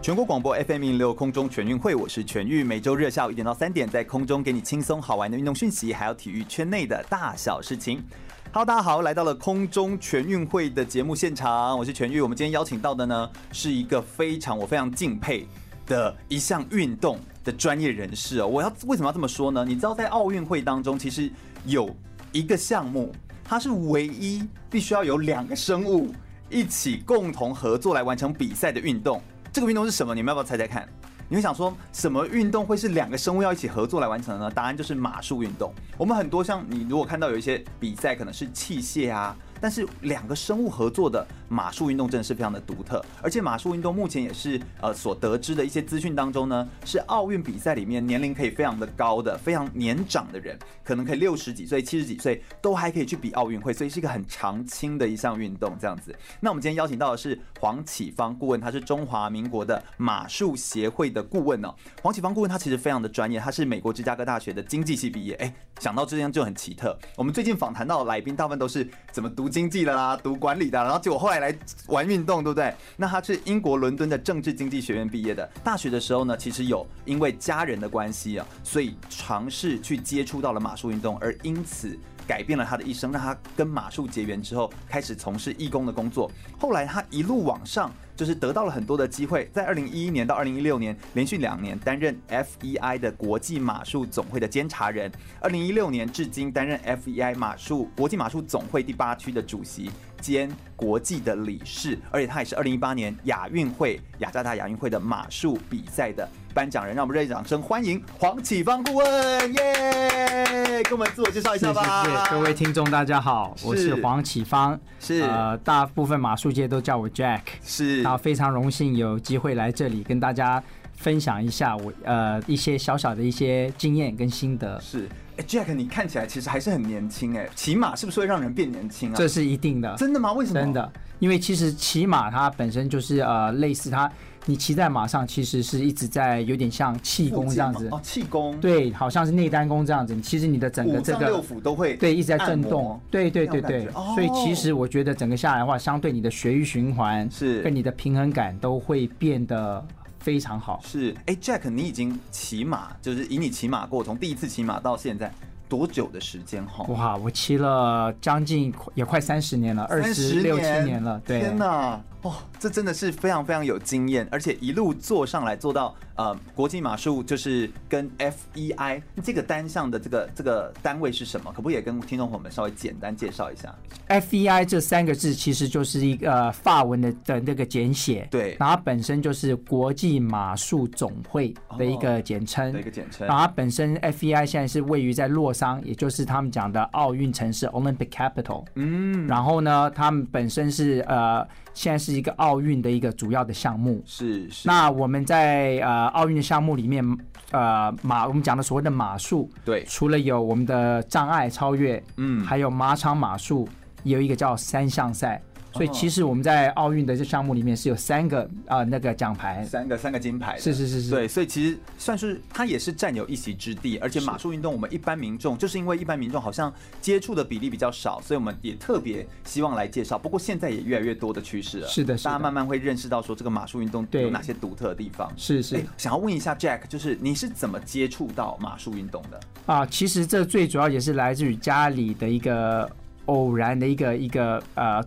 全国广播 FM 一六空中全运会，我是全玉，每周日下午一点到三点，在空中给你轻松好玩的运动讯息，还有体育圈内的大小事情。Hello，大家好，来到了空中全运会的节目现场，我是全玉。我们今天邀请到的呢，是一个非常我非常敬佩的一项运动的专业人士哦。我要为什么要这么说呢？你知道，在奥运会当中，其实有一个项目，它是唯一必须要有两个生物一起共同合作来完成比赛的运动。这个运动是什么？你们要不要猜猜看？你会想说什么运动会是两个生物要一起合作来完成的呢？答案就是马术运动。我们很多像你如果看到有一些比赛可能是器械啊，但是两个生物合作的马术运动真的是非常的独特。而且马术运动目前也是呃所得知的一些资讯当中呢，是奥运比赛里面年龄可以非常的高的、非常年长的人，可能可以六十几岁、七十几岁都还可以去比奥运会，所以是一个很长青的一项运动这样子。那我们今天邀请到的是黄启芳顾问，他是中华民国的马术协会的顾问哦。黄启芳顾问他其实非常的专业，他是美国芝加哥大学的经济系毕业。哎，想到这样就很奇特。我们最近访谈到的来宾大部分都是怎么读经济的啦，读管理的，然后结果后来来玩运动，对不对？那他是英国伦敦的政治经济学院毕业的。大学的时候呢，其实有因为家人的关系啊，所以尝试去接触到了马术运动，而因此。改变了他的一生，让他跟马术结缘之后，开始从事义工的工作。后来他一路往上，就是得到了很多的机会。在二零一一年到二零一六年，连续两年担任 FEI 的国际马术总会的监察人。二零一六年至今，担任 FEI 马术国际马术总会第八区的主席兼国际的理事，而且他也是二零一八年亚运会雅加达亚运会的马术比赛的颁奖人。让我们热烈掌声欢迎黄启芳顾问，耶！给我们自我介绍一谢下谢吧。谢谢各位听众，大家好，我是是黄启芳，是呃，大部分马术界都叫我 Jack，是然后非常荣幸有机会来这里跟大家分享一下我呃一些小小的一些经验跟心得，是，哎、j a c k 你看起来其实还是很年轻哎、骑马是不是会让人变年轻啊？这是一定的，真的吗？为什么？真，的，因为其实骑马它本身就是呃类似它，你骑在马上其实是一直在有点像气功这样子，哦，气功，，对，好像是内丹功这样子，其实你的整个五这脏个哦六腑都会对，一直在按震摩动，对对这对样感对觉，哦所以其实我觉得整个下来的话，相对你的血液循环是跟你的平衡感都会变得非常好。是，哎、j a c k 你已经骑马，就是以你骑马过，从第一次骑马到现在多久的时间哈？哇，我骑了将近也快三十年了，二十30六七年了，对，天哪，哦，这真的是非常非常有经验，而且一路做上来做到呃国际马术，就是跟 FEI 这个单项的这个这个单位是什么？可不可以也跟听众朋友们稍微简单介绍一下？ FEI E 这三个字其实就是一个、呃、法文的的那个简写，对然后它本身就是国际马术总会的一哦个简称，的一个简称然。后它本身 FEI 现在是位于在洛桑，也就是他们讲的奥运城市 Olympic Capital，嗯，然后呢，他们本身是呃现在是一个奥运的一个主要的项目。是是，那我们在呃奥运的项目里面，呃马我们讲的所谓的马术，对除了有我们的障碍超越，嗯还有马场马术，也有一个叫三项赛。所以哦其实我们在奥运的这项目里面是有三个啊、呃那个奖牌，三个三个金牌的，是是是是对，所以其实算是它也是占有一席之地，而且马术运动我们一般民众就是因为一般民众好像接触的比例比较少，所以我们也特别希望来介绍。不过现在也越来越多的趋势了，是的是的大家慢慢会认识到说这个马术运动对有哪些独特的地方。是是。哎想要问一下 Jack，就是你是怎么接触到马术运动的？啊，其实这最主要也是来自于家里的一个偶然的一个一个呃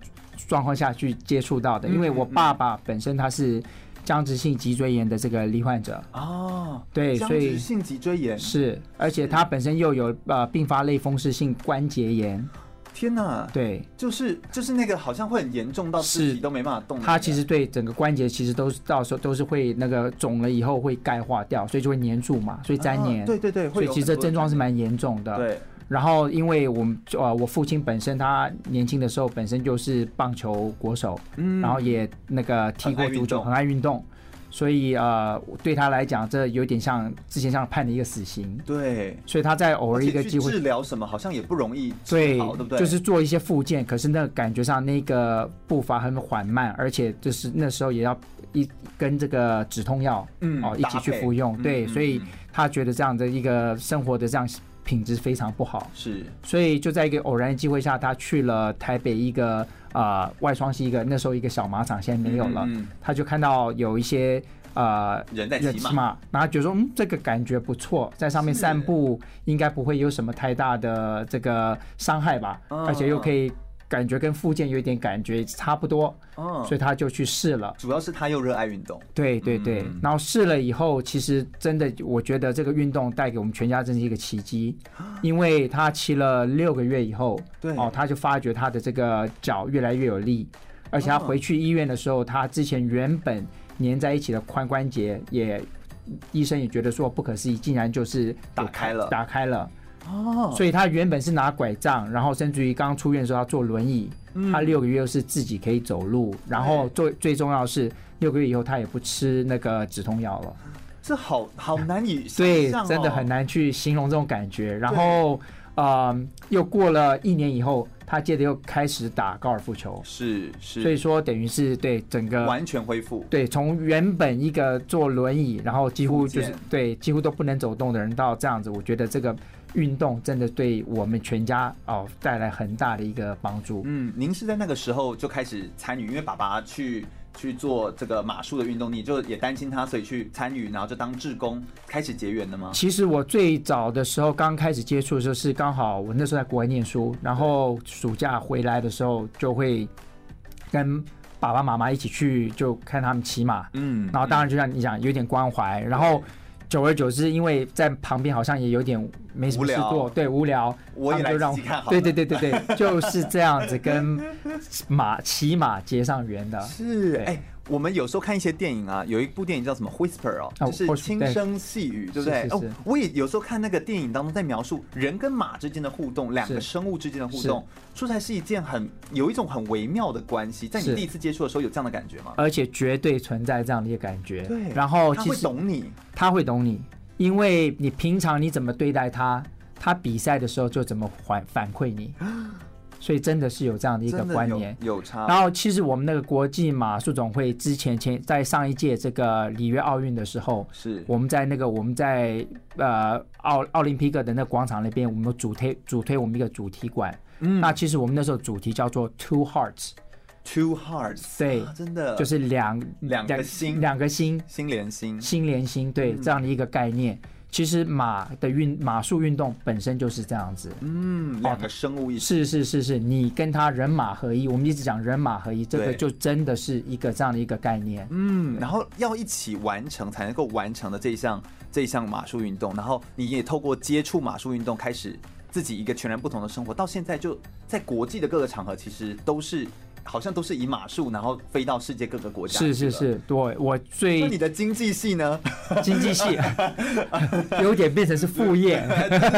状况下去接触到的，因嗯为我爸爸本身他是僵直性脊椎炎的这个罹患者，哦，对僵所以直性嗯脊椎炎，是，而且他本身又有呃并发类风湿性关节炎，天哪，对，就是就是那个好像会很严重到是肢体都没办法动的那个。它其实对整个关节其实都是到时候都是会那个肿了以后会钙化掉，所以就会粘住嘛，所以粘啊黏，对对对，所会以有其很实这多症状是的蛮严重的，。对。然后，因为我们呃，我父亲本身他年轻的时候本身就是棒球国手，嗯然后也那个踢很爱过运足球，动很爱运动，所以呃，对他来讲，这有点像之前像判的一个死刑，对，所以他在偶而尔一且个去机会治疗什么好像也不容易治对，好，对不对？就是做一些复健，可是那感觉上那个步伐很缓慢，而且就是那时候也要一跟这个止痛药，嗯哦，一起去服搭用，配对，嗯所以嗯他觉得这样的一个生活的这样品质非常不好，是所以就在一个偶然的机会下，他去了台北一个呃外双溪一个那时候一个小马场，现在没有了，嗯嗯他就看到有一些呃人在热骑骑马，马，然后觉得说，嗯，这个感觉不错，在上面是散步应该不会有什么太大的这个伤害吧，嗯而且又可以感觉跟附件有一点感觉差不多，嗯，所以他就去试了。主要是他又热爱运动，对对对，嗯然后试了以后，其实真的，我觉得这个运动带给我们全家真是一个奇迹，因为他骑了六个月以后，对哦，他就发觉他的这个脚越来越有力，而哦且他回去医院的时候，他之前原本粘在一起的髋关节也，医生也觉得说不可思议，竟然就是打开了打开了，哦，所以他原本是拿拐杖，然后甚至于刚出院的时候他坐轮椅，嗯他六个月是自己可以走路，然后最最重要的是六个月以后他也不吃那个止痛药了，这好好难 以想对，象哦真的很。难去形容这种感觉。然后，呃，又过了一年以后，他接着又开始打高尔夫球，是是，所以说等于是对整个。完全恢复，对，从原本一个坐轮椅，然后几乎就是复健对几乎都不能走动的人，到这样子，我觉得这个运动真的对我们全家哦带来很大的一个帮助。嗯，您是在那个时候就开始参与，因为爸爸去去做这个马术的运动，你就也担心他，所以去参与，然后就当志工开始结缘了吗？其实我最早的时候，刚开始接触的时候是刚好我那时候在国外念书，然后暑假回来的时候就会跟爸爸妈妈一起去，就看他们骑马。嗯，然后当然就像你讲，有点关怀。然后久而久之，因为在旁边好像也有点没什么事无聊做，对，无聊，我也他们来就让自己看好了对对对对对，就是这样子跟马骑马结上缘的。是对哎、我们有时候看一些电影啊，有一部电影叫什么《Whisper》哦，哦就是或许轻对声细语，对不对？是是是哦，我也有时候看那个电影当中在描述人跟马之间的互动，两个是生物之间的互动，说出来是一件很有一种很微妙的关系。在你是第一次接触的时候，有这样的感觉吗？而且绝对存在这样的一个感觉，对，然后他其会实懂你，他会懂你，因为你平常你怎么对待他，他比赛的时候就怎么反反馈你，所以真的是有这样的一个啊真的观有念。有差。然后，其实我们那个国际马术总会之前前在上一届这个里约奥运的时候，是我们在那个我们在呃奥奥林匹克的那个广场那边，我们有主推主推我们一个主题馆。嗯那其实我们那时候主题叫做 Two Hearts， two hearts，对啊真的就是两两个心两个心心连心，心连心，对、这样的一个概念。其实马的运马术运动本身就是这样子，哦嗯，两个生物一起，是是是是，你跟他人马合一，我们一直讲人马合一，这个对就真的是一个这样的一个概念。嗯，然后要一起完成才能够完成的这一项这一项马术运动，然后你也透过接触马术运动开始自己一个全然不同的生活，到现在就在国际的各个场合，其实都是好像都是以马术然后飞到世界各个国家，是是。是，对我那你最的经济系呢？经济系 有点变成是副业，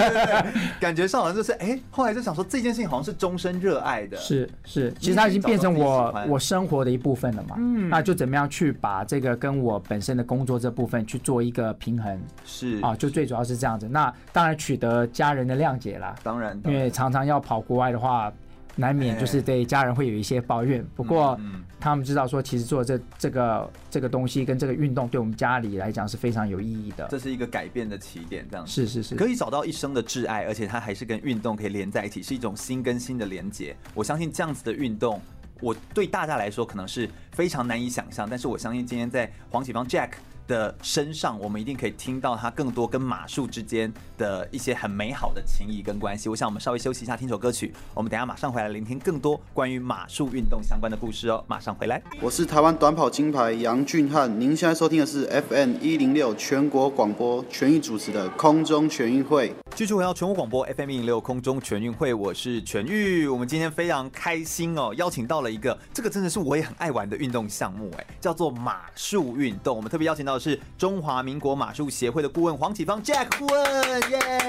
感觉上好像就是哎、后来就想说这件事情好像是终身热爱的，是是，你其实它已已经经找变到成自己喜我欢我生活的一部分了嘛。嗯，那就怎么样去把这个跟我本身的工作这部分去做一个平衡是啊？就最主要是这样子。那当然取得家人的谅解啦，当然嗯的，因为常常要跑国外的话，难免就是对家人会有一些抱怨。不过嗯嗯他们知道说，其实做这这个这个东西跟这个运动，对我们家里来讲是非常有意义的。这是一个改变的起点，这样子。是是是可，以找到一生的挚爱，而且它还是跟运动可以连在一起，是一种心跟心的连接。我相信这样子的运动，我对大家来说可能是非常难以想象，但是我相信今天在黄启芳 Jack 的身上，我们一定可以听到他更多跟马术之间的一些很美好的情谊跟关系。我想我们稍微休息一下，听首歌曲，我们等一下马上回来聆听更多关于马术运动相关的故事哦。马上回来。我是台湾短跑金牌杨俊翰，您现在收听的是 FM 一零六全国广播全域主持的空中全运会。继续回到全国广播 FM 一零六空中全运会，我是全玉。我们今天非常开心哦，邀请到了一个这个真的是我也很爱玩的运动项目，哎，叫做马术运动。我们特别邀请到的是中华民国马术协会的顾问黄启芳 Jack 顾问，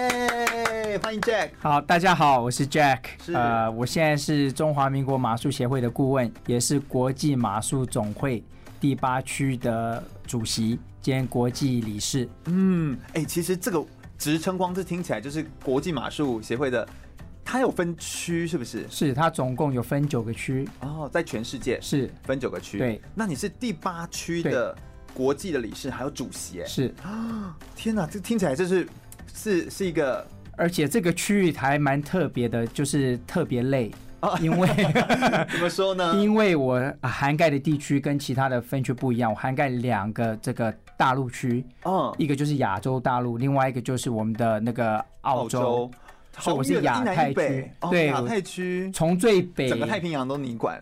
耶！欢迎 Jack。好，大家好，我是 Jack，是呃，我现在是中华民国马术协会的顾问，也是国际马术总会第八区的主席兼国际理事。嗯，哎、其实这个职称光是听起来就是国际马术协会的，它有分区是不是？是他总共有分九个区，哦，在全世界是分九个区。对，那你是第八区的国际的理事，还有主席。哎，是，天哪，这听起来就是是是一个而且这个区域还蛮特别的，就是特别累，哦因为 呃怎么说呢？因为我涵盖的地区跟其他的分区不一样，我涵盖两个这个大陆区，嗯，一个就是亚洲大陆，另外一个就是我们的那个澳洲。所以我是好远亚一南太一北区哦对亚我太区从最北，整个太平洋都你 管，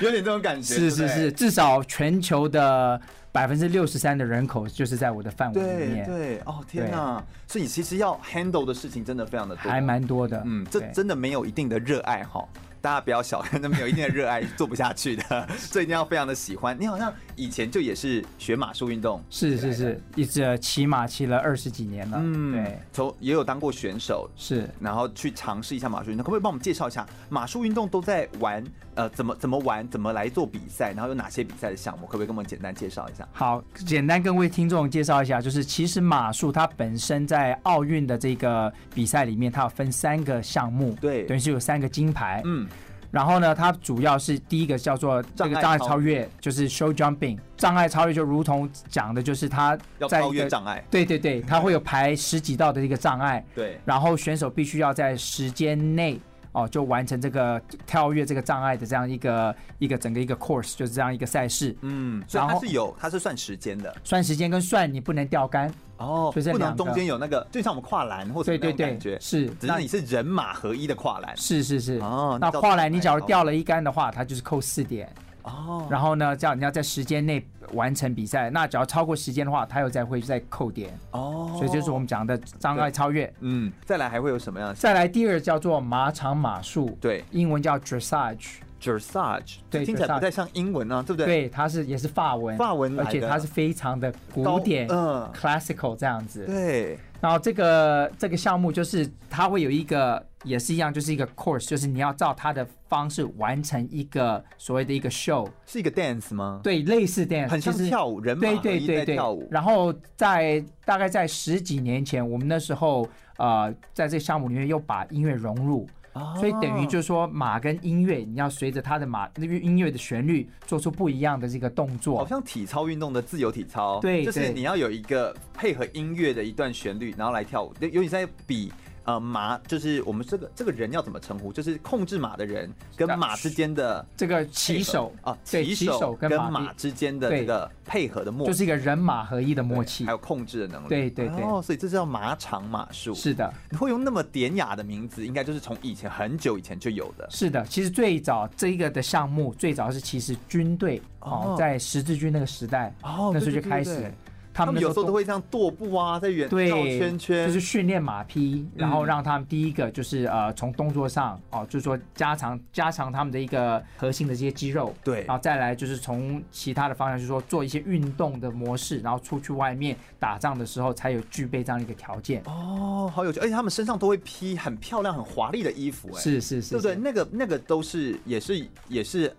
有点这种感觉。是对是不对是，，至少全球的百分之六十三的人口就是在我的范围里对面，对，哦天哪！所以你其实要 handle 的事情真的非常的多，还蛮多的。嗯，这对真的没有一定的热爱哈。大家不要小看，那没有一定的热爱做不下去 的，所以一定要非常的喜欢。你好像以前就也是学马术运动，是是是，一直骑马骑了二十几年了。嗯对，，从也有当过选手，是。然后去尝试一下马术运动。可不可以帮我们介绍一下马术运动都在玩？呃，怎么怎么玩？怎么来做比赛？然后有哪些比赛的项目？可不可以跟我们简单介绍一下？好，简单跟各位听众介绍一下，就是其实马术它本身在奥运的这个比赛里面，它有分三个项目，对等于是有三个金牌。嗯，然后呢，它主要是第一个叫做这障个碍障碍超超越，就是 show jumping。障碍超越就如同讲的，就是它要在超一个越障碍。对对对，它会有排十几道的一个障碍，对，然后选手必须要在时间内哦就完成这个跳跃这个障碍的这样一个一个整个一个 course，就是这样一个赛事。嗯，所以然它后是有，它是算时间的算时间跟算你不能掉杆，哦，所以这不能两个中间有那个，就像我们跨栏或者对那对种感对觉，，是，只那是你是人马合一的跨栏是是是。哦那叫跨栏你假如障碍掉了一杆的话，它就是扣四点。哦，然后呢，这样你要在时间内完成比赛。那只要超过时间的话，它又再会再扣点。哦，所以这是我们讲的障碍对超越。嗯，再来还会有什么样的？再来第二叫做马场马术，对英文叫 dressage。 ，dressage，对听起来不 dressage 太像英文啊，对不对？对，它是也是法文，法文来而的且它是非常的高古典、嗯 classical 这样子。对，然后这个这个项目就是它会有一个也是一样，就是一个 course，就是你要照它的方式完成一个所谓的一个 show，是一个 dance 吗？对，类似 dance，很像就是跳舞，人马对合对一对在对跳舞，。然后在大概在十几年前，我们那时候呃，在这个项目里面又把音乐融入，哦所以等于就是说马跟音乐，你要随着它的马那个音乐的旋律做出不一样的这个动作。好像体操运动的自由体操，对就是对你要有一个配合音乐的一段旋律，然后来跳舞，有有点在比。呃，马就是我们这个这个人要怎么称呼？就是控制马的人跟马之间的这个骑啊手啊，对骑骑手手跟跟马马之间的这个配合的默契，就是一个人马合一的默契还，有控制的能力。对对对哦，所以这叫马场马术。是的，会用那么典雅的名字，应该就是从以前很久以前就有的。是的。其实最早这一个的项目，最早是其实军队哦哦，在十字军那个时代，哦那时对候对就对对开始对，他们那有时候都都会像踱步啊，在远对绕圈圈，啊嗯就是训练马匹，然后让他们第一个就是呃从动作上哦，就是说加强加强他们的一个核心的这些肌肉，对然后再来就是从其他的方向，就是说做一些运动的模式，然后出去外面打仗的时候才有具备这样的一个条件。哦，好有趣，而且他们身上都会披很漂亮、很华丽的衣服、哎，是是是，对不对？是那个那个都是也是也是。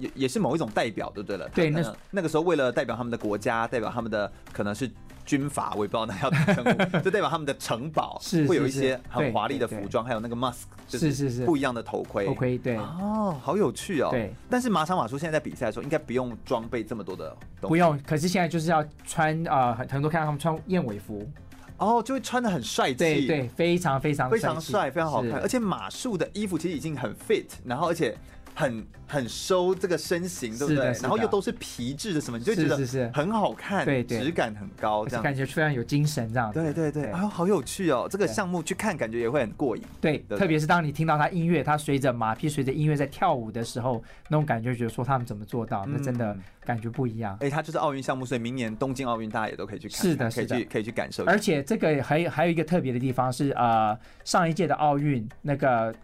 也也是某一种代表，对不对了？对他那可能那个时候为了代表他们的国家，代表他们的可能是军阀，我也不知道那要怎么称 呼，就代表他们的城堡，是会有一是是些很对华丽的对对服装，还有那个 mask，就是是是不一样的头盔。 ，OK，对。哦，好有趣哦。对，但是马场马术现在在比赛的时候，应该不用装备这么多的东不西，用，可是现在就是要穿呃，很很多看到他们穿燕尾服，哦，就会穿的很帅气，对对，非常非常非常气帅，非常好看。是而且马术的衣服其实已经很 fit，然后而且很很收这个身形，对不是对的？是的然后又都是皮质的什么，你就觉是是得是很好看，对对质感很高，而这且样。感觉非常有精神这样子。对对对，对哎呦，好有趣哦！这个项目去看，感觉也会很过瘾。对，对特别是当你听到他音乐，他随着马匹随着音乐在跳舞的时候，那种感觉，觉得说他们怎么做到，那真的嗯感觉不一样。哎，它就是奥运项目，所以明年东京奥运大家也都可以去看，是的可以是的去可以去感受一下。而且这个还有还有一个特别的地方是，呃，上一届的奥运那个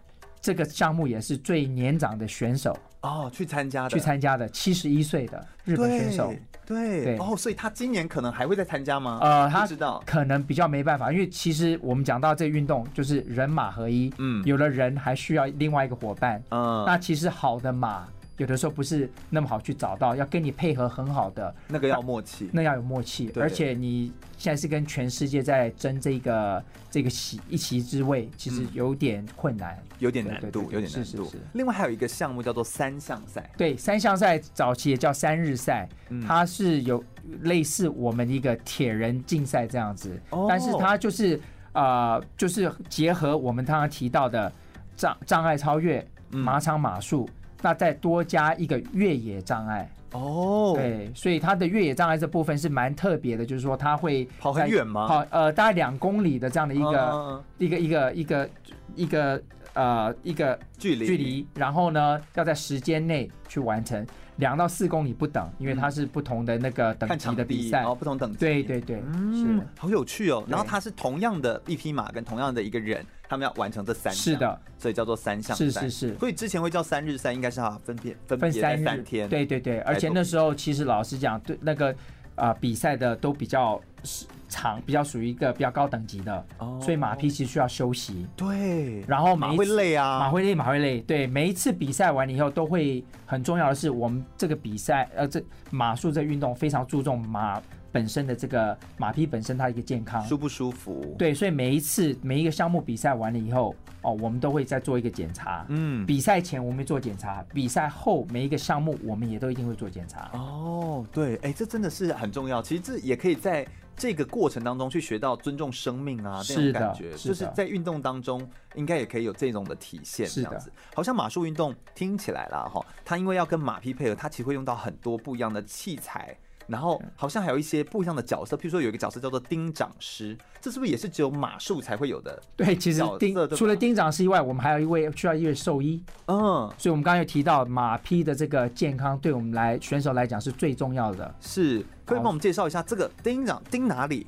这个项目也是最年长的选手哦，去参加的，去参加的，七十一岁的日本选手对，对，对哦，所以他今年可能还会再参加吗？呃，不他知道，可能比较没办法，因为其实我们讲到这运动就是人马合一，嗯有的人还需要另外一个伙伴。嗯，那其实好的马有的时候不是那么好去找到，要跟你配合很好的，那个要默契，那要有默契。对而且你现在是跟全世界在争这个这个席一席之位，其实嗯有点困难。有点难度，对对对有点难是度是是。另外还有一个项目叫做三项赛，对，三项赛早期也叫三日赛，嗯它是有类似我们一个铁人竞赛这样子，哦但是它就是呃，就是结合我们刚刚提到的障障碍超越、嗯马场马术，那再多加一个越野障碍。哦，对，所以它的越野障碍这部分是蛮特别的，就是说它会跑哦很在远吗跑呃，大概两公里的这样的一个、嗯一个一个一个一个呃一个距离距，离，然后呢要在时间内去完成，两到四公里不等，因为它是不同的那个等嗯看级场的地哦比赛然后。不同等级，对对对，是嗯，好有趣哦。然后对他是同样的一匹马跟同样的一个人，他们要完成这三项是的，所以叫做三项赛。是是是所以之前会叫三日赛，应该是哈分别分别分在三三日，天。对对对，而且那时候其实老实讲，对那个啊、呃比赛的都比较是长，比较属于一个比较高等级的，哦所以马匹其实需要休息。对，然后马每一会次累啊，马会累，马会累。对，每一次比赛完了以后，都会很重要的是，我们这个比赛，呃，这马术这运动非常注重马本身的这个马匹本身它的一个健康。舒不舒服？，啊对，所以每一次每一个项目比赛完了以后，哦，我们都会再做一个检查。嗯，比赛前我们会做检查，比赛后每一个项目我们也都一定会做检查。哦，对，哎，这真的是很重要。其实这也可以在这个过程当中去学到尊重生命啊，这种是的感觉，就是的是在运动当中应该也可以有这种的体现。是这的样子，好像马术运动听起来啦，哈，它因为要跟马匹配合，它其实会用到很多不一样的器材。然后好像还有一些不一样的角色，譬如说有一个角色叫做丁长师，这是不是也是只有马术才会有的？对，其实角色丁对吧除了丁长师以外，我们还有一位需要一位兽医。嗯，所以我们刚刚有提到马匹的这个健康，对我们来选手来讲是最重要的。是，可不可以好帮我们介绍一下这个丁长丁哪里？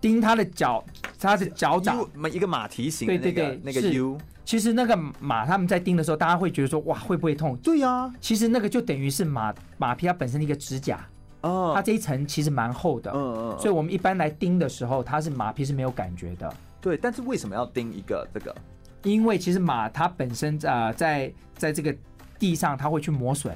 盯他的脚，他的脚掌 U，。一个马蹄形的那对个对对那个是 U，其实那个马他们在盯的时候，大家会觉得说哇会不会痛？对呀，其实那个就等于是马马匹它本身的一个指甲，哦，它这一层其实蛮厚的。嗯嗯，所以我们一般来盯的时候，它是马匹是没有感觉的，对，但是为什么要盯一个这个？啊因为其实马它本身呃在在这个地上它会去磨损，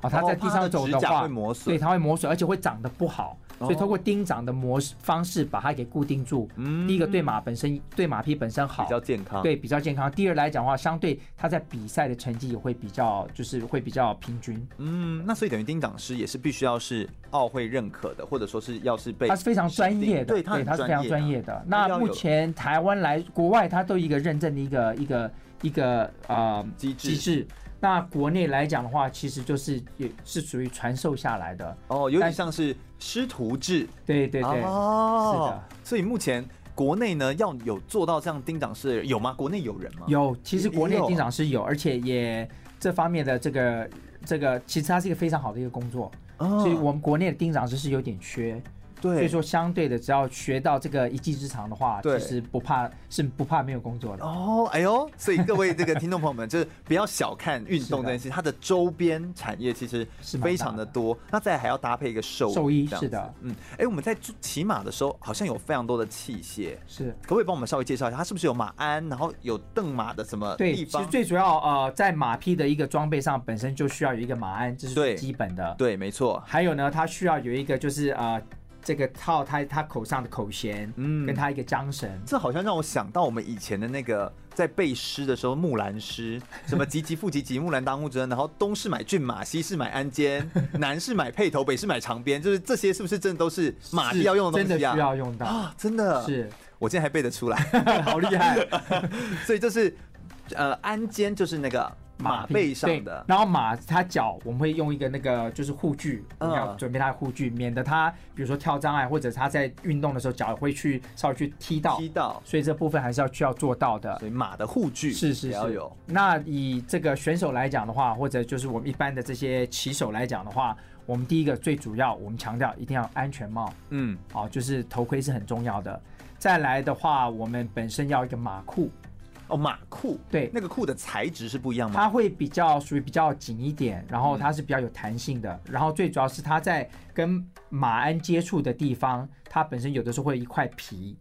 哦，它在地上哦怕它的走指甲话会磨损对，它会磨损，而且会长得不好，所以哦通过钉掌的磨方式把它给固定住。嗯第一个对马本身对马匹本身好，比较健康。，对，比较健康。第二来讲的话，相对他在比赛的成绩也会比较，就是会比较平均。嗯，那所以等于丁长师也是必须要是奥会认可的，或者说是要是被他是非常专业的，对他很他是非常专业的。那那要有目前台湾来国外，它都有一个认证的一个一个一个呃机制机制。那国内来讲的话，其实就是也是属于传授下来的。哦，有点但像是师徒制。对对对，哦是，所以目前国内呢要有做到这样丁长师的人有吗？国内有人吗？有，其实也国内也有啊定长是有，而且也这方面的这个这个，其实它是一个非常好的一个工作。哦，所以我们国内的定长师是有点缺，所对以说相对的，只要学到这个一技之长的话，对其实不怕是不怕没有工作的。哦，哎呦，所以各位这个听众朋友们，就是不要小看运动这件事，它的周边产业其实是蛮大的非常的多。那再来还要搭配一个兽兽医这样子是的，嗯，哎，我们在做骑马的时候好像有非常多的器械，是可不可以帮我们稍微介绍一下，它是不是有马鞍，然后有蹬马的什么对，地其实方？最主要呃，在马匹的一个装备上本身就需要有一个马鞍，这是对最基本的。对，没错，还有呢，它需要有一个就是呃，这个套它它口上的口弦，嗯嗯，跟它一个缰绳。这好像让我想到我们以前的那个在背诗的时候，木兰诗，什么“吉吉复吉吉，木兰当户织”，然后东市买骏马，西市买鞍鞯，南市买辔头，北市买长鞭，就是这些是不是真的都是马是匹要用的真东的西啊需？要用 到，啊，真的是我竟然还背得出来， 好厉害。所以就是呃，鞍肩就是那个马背对上的，然后马它脚我们会用一个那个就是护具，我们要嗯准备它的护具，免得它比如说跳障碍或者它在运动的时候脚会去稍微去踢到，踢到，所以这部分还是要需要做到的。所以马的护具是是也要是有。，那以这个选手来讲的话，或者就是我们一般的这些骑手来讲的话，我们第一个最主要，我们强调一定要有安全帽，啊嗯，哦，就是头盔是很重要的。再来的话，我们本身要一个马裤，哦，马裤，对那个裤的材质是不一样吗？它会比较属于比较紧一点，然后它是比较有弹性的，然后最主要是它在跟马鞍接触的地方，它本身有的时候会有一块皮，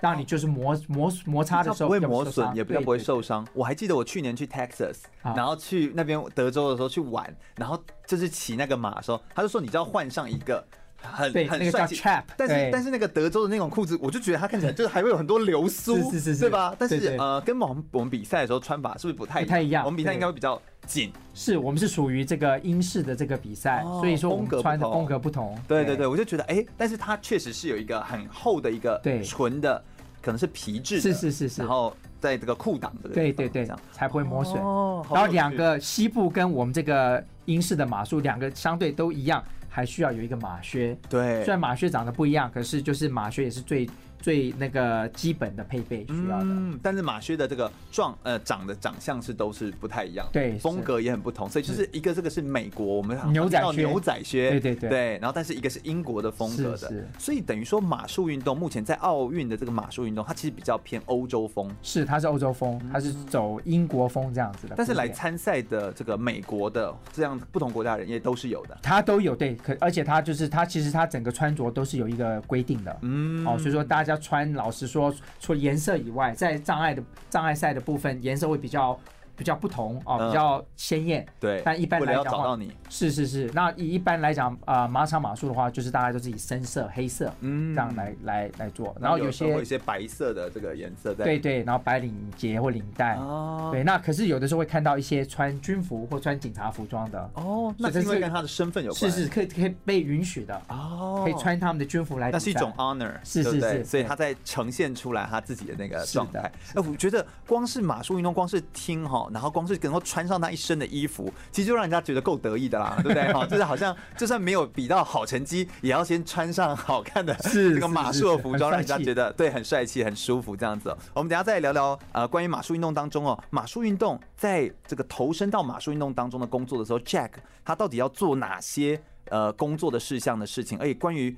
让你就是摩摩摩擦的时候不会比较磨受损，伤也比较对不会对受伤。我还记得我去年去 Texas，啊然后去那边德州的时候去玩，然后就是骑那个马的时候，他就说你就要换上一个很对那很个帅叫气。 trap，但是对但是那个德州的那种裤子，我就觉得它看起来就是还会有很多流苏，是是是是对吧？但是对对呃，跟我们我们比赛的时候穿法是不是不太不太一样我们比赛对应该会比较紧。是我们是属于这个英式的这个比赛，哦所以说我风格不们穿的同风格不同。对对对，我就觉得哎、但是它确实是有一个很厚的一个对纯的，可能是皮质的，是是是是然后在这个裤裆的对对对这样，才不会磨损。哦好然后有两趣个西部跟我们这个英式的马术两个相对都一样，还需要有一个马靴。对虽然马靴长得不一样，可是就是马靴也是最最那个基本的配备需要的。嗯，但是马靴的这个状呃长的长相是都是不太一样，对风格也很不同，所以就是一个这个是美国我们好像牛仔看到靴牛仔靴，对对对然后但是一个是英国的风格的，是是所以等于说马术运动目前在奥运的这个马术运动，它其实比较偏欧洲风，是，它是欧洲风，它是走英国风这样子嗯的。但是来古典参赛的这个美国的这样不同国家的人也都是有的，它都有对，可而且它就是它其实它整个穿着都是有一个规定的。嗯，哦，所以说大家穿，老实说，除了颜色以外，在障碍的障碍赛的部分，颜色会比较比较不同哦，嗯比较鲜艳。对，但一般为了来要讲的找话到，你，是是是。那一一般来讲啊、呃马场马术的话，就是大家都是以深色、黑色嗯这样来、来来做，然后有时候会些有一些白色的这个颜色在，对对，然后白领结或领带。哦对，那可是有的时候会看到一些穿军服或穿警察服装的，哦，那是所以因这为是跟他的身份有是关，是可以可以被允许的，哦，可以穿他们的军服来比那赛。是一种 honor，是对不是对是所以对他在呈现出来他自己的那个状态是的。哎，我觉得光是马术运动，光是听哈，然后光是能够穿上他一身的衣服，其实就让人家觉得够得意的啦，对不对？哈，就是好像就算没有比到好成绩，也要先穿上好看的是这个马术的服装，让是是人是家觉得对很帅气、很舒服这样子哦。我们等一下再聊聊呃，关于马术运动当中哦，马术运动在这个投身到马术运动当中的工作的时候，Jack 他到底要做哪些呃工作的事项的事情？而且关于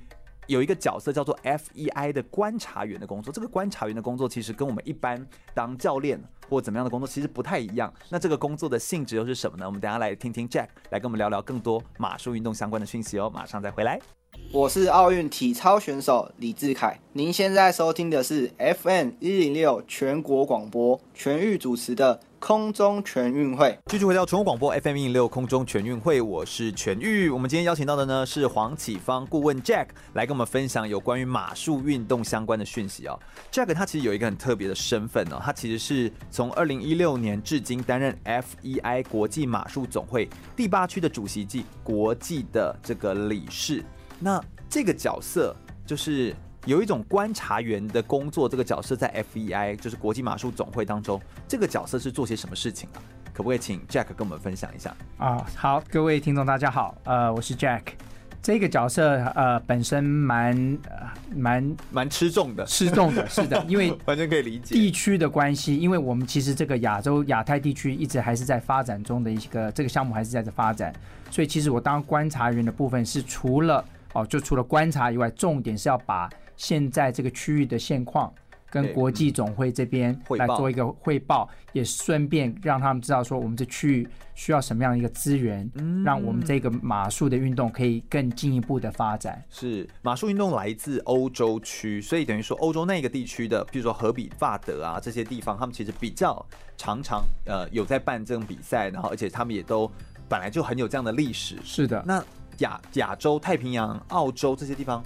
有一个角色叫做 FEI 的观察员的工作，这个观察员的工作其实跟我们一般当教练或怎么样的工作其实不太一样。那这个工作的性质又是什么呢？我们等一下来听听 Jack 来跟我们聊聊更多马术运动相关的讯息哦。马上再回来。我是奥运体操选手李志凯。您现在收听的是 FM 一零六全国广播全域主持的空中全运会。继续回到中国广播 FM 一零六空中全运会，我是全玉。我们今天邀请到的呢是黄启芳顾问 Jack 来跟我们分享有关于马术运动相关的讯息哦。Jack 他其实有一个很特别的身份哦，他其实是从二零一六年至今担任 FEI 国际马术总会第八区的主席暨国际的这个理事。那这个角色就是有一种观察员的工作，这个角色在 FEI 就是国际马术总会当中，这个角色是做些什么事情啊？可不可以请 Jack 跟我们分享一下？啊，好，各位听众大家好，呃，我是 Jack。这个角色呃本身蛮呃蛮蛮吃重的，失重的，是的，因为完全可以理解。地区的关系，因为我们其实这个亚洲亚太地区一直还是在发展中的一个这个项目还是在这发展，所以其实我当观察员的部分是除了哦，就除了观察以外，重点是要把现在这个区域的现况对跟国际总会这边汇报来做一个汇报，也顺便让他们知道说我们这区域需要什么样的一个资源，嗯让我们这个马术的运动可以更进一步的发展。是马术运动来自欧洲区，所以等于说欧洲那个地区的，比如说荷比、法德啊这些地方，他们其实比较常常呃有在办这种比赛，然后而且他们也都本来就很有这样的历史。是的，那亚亚洲、太平洋、澳洲这些地方，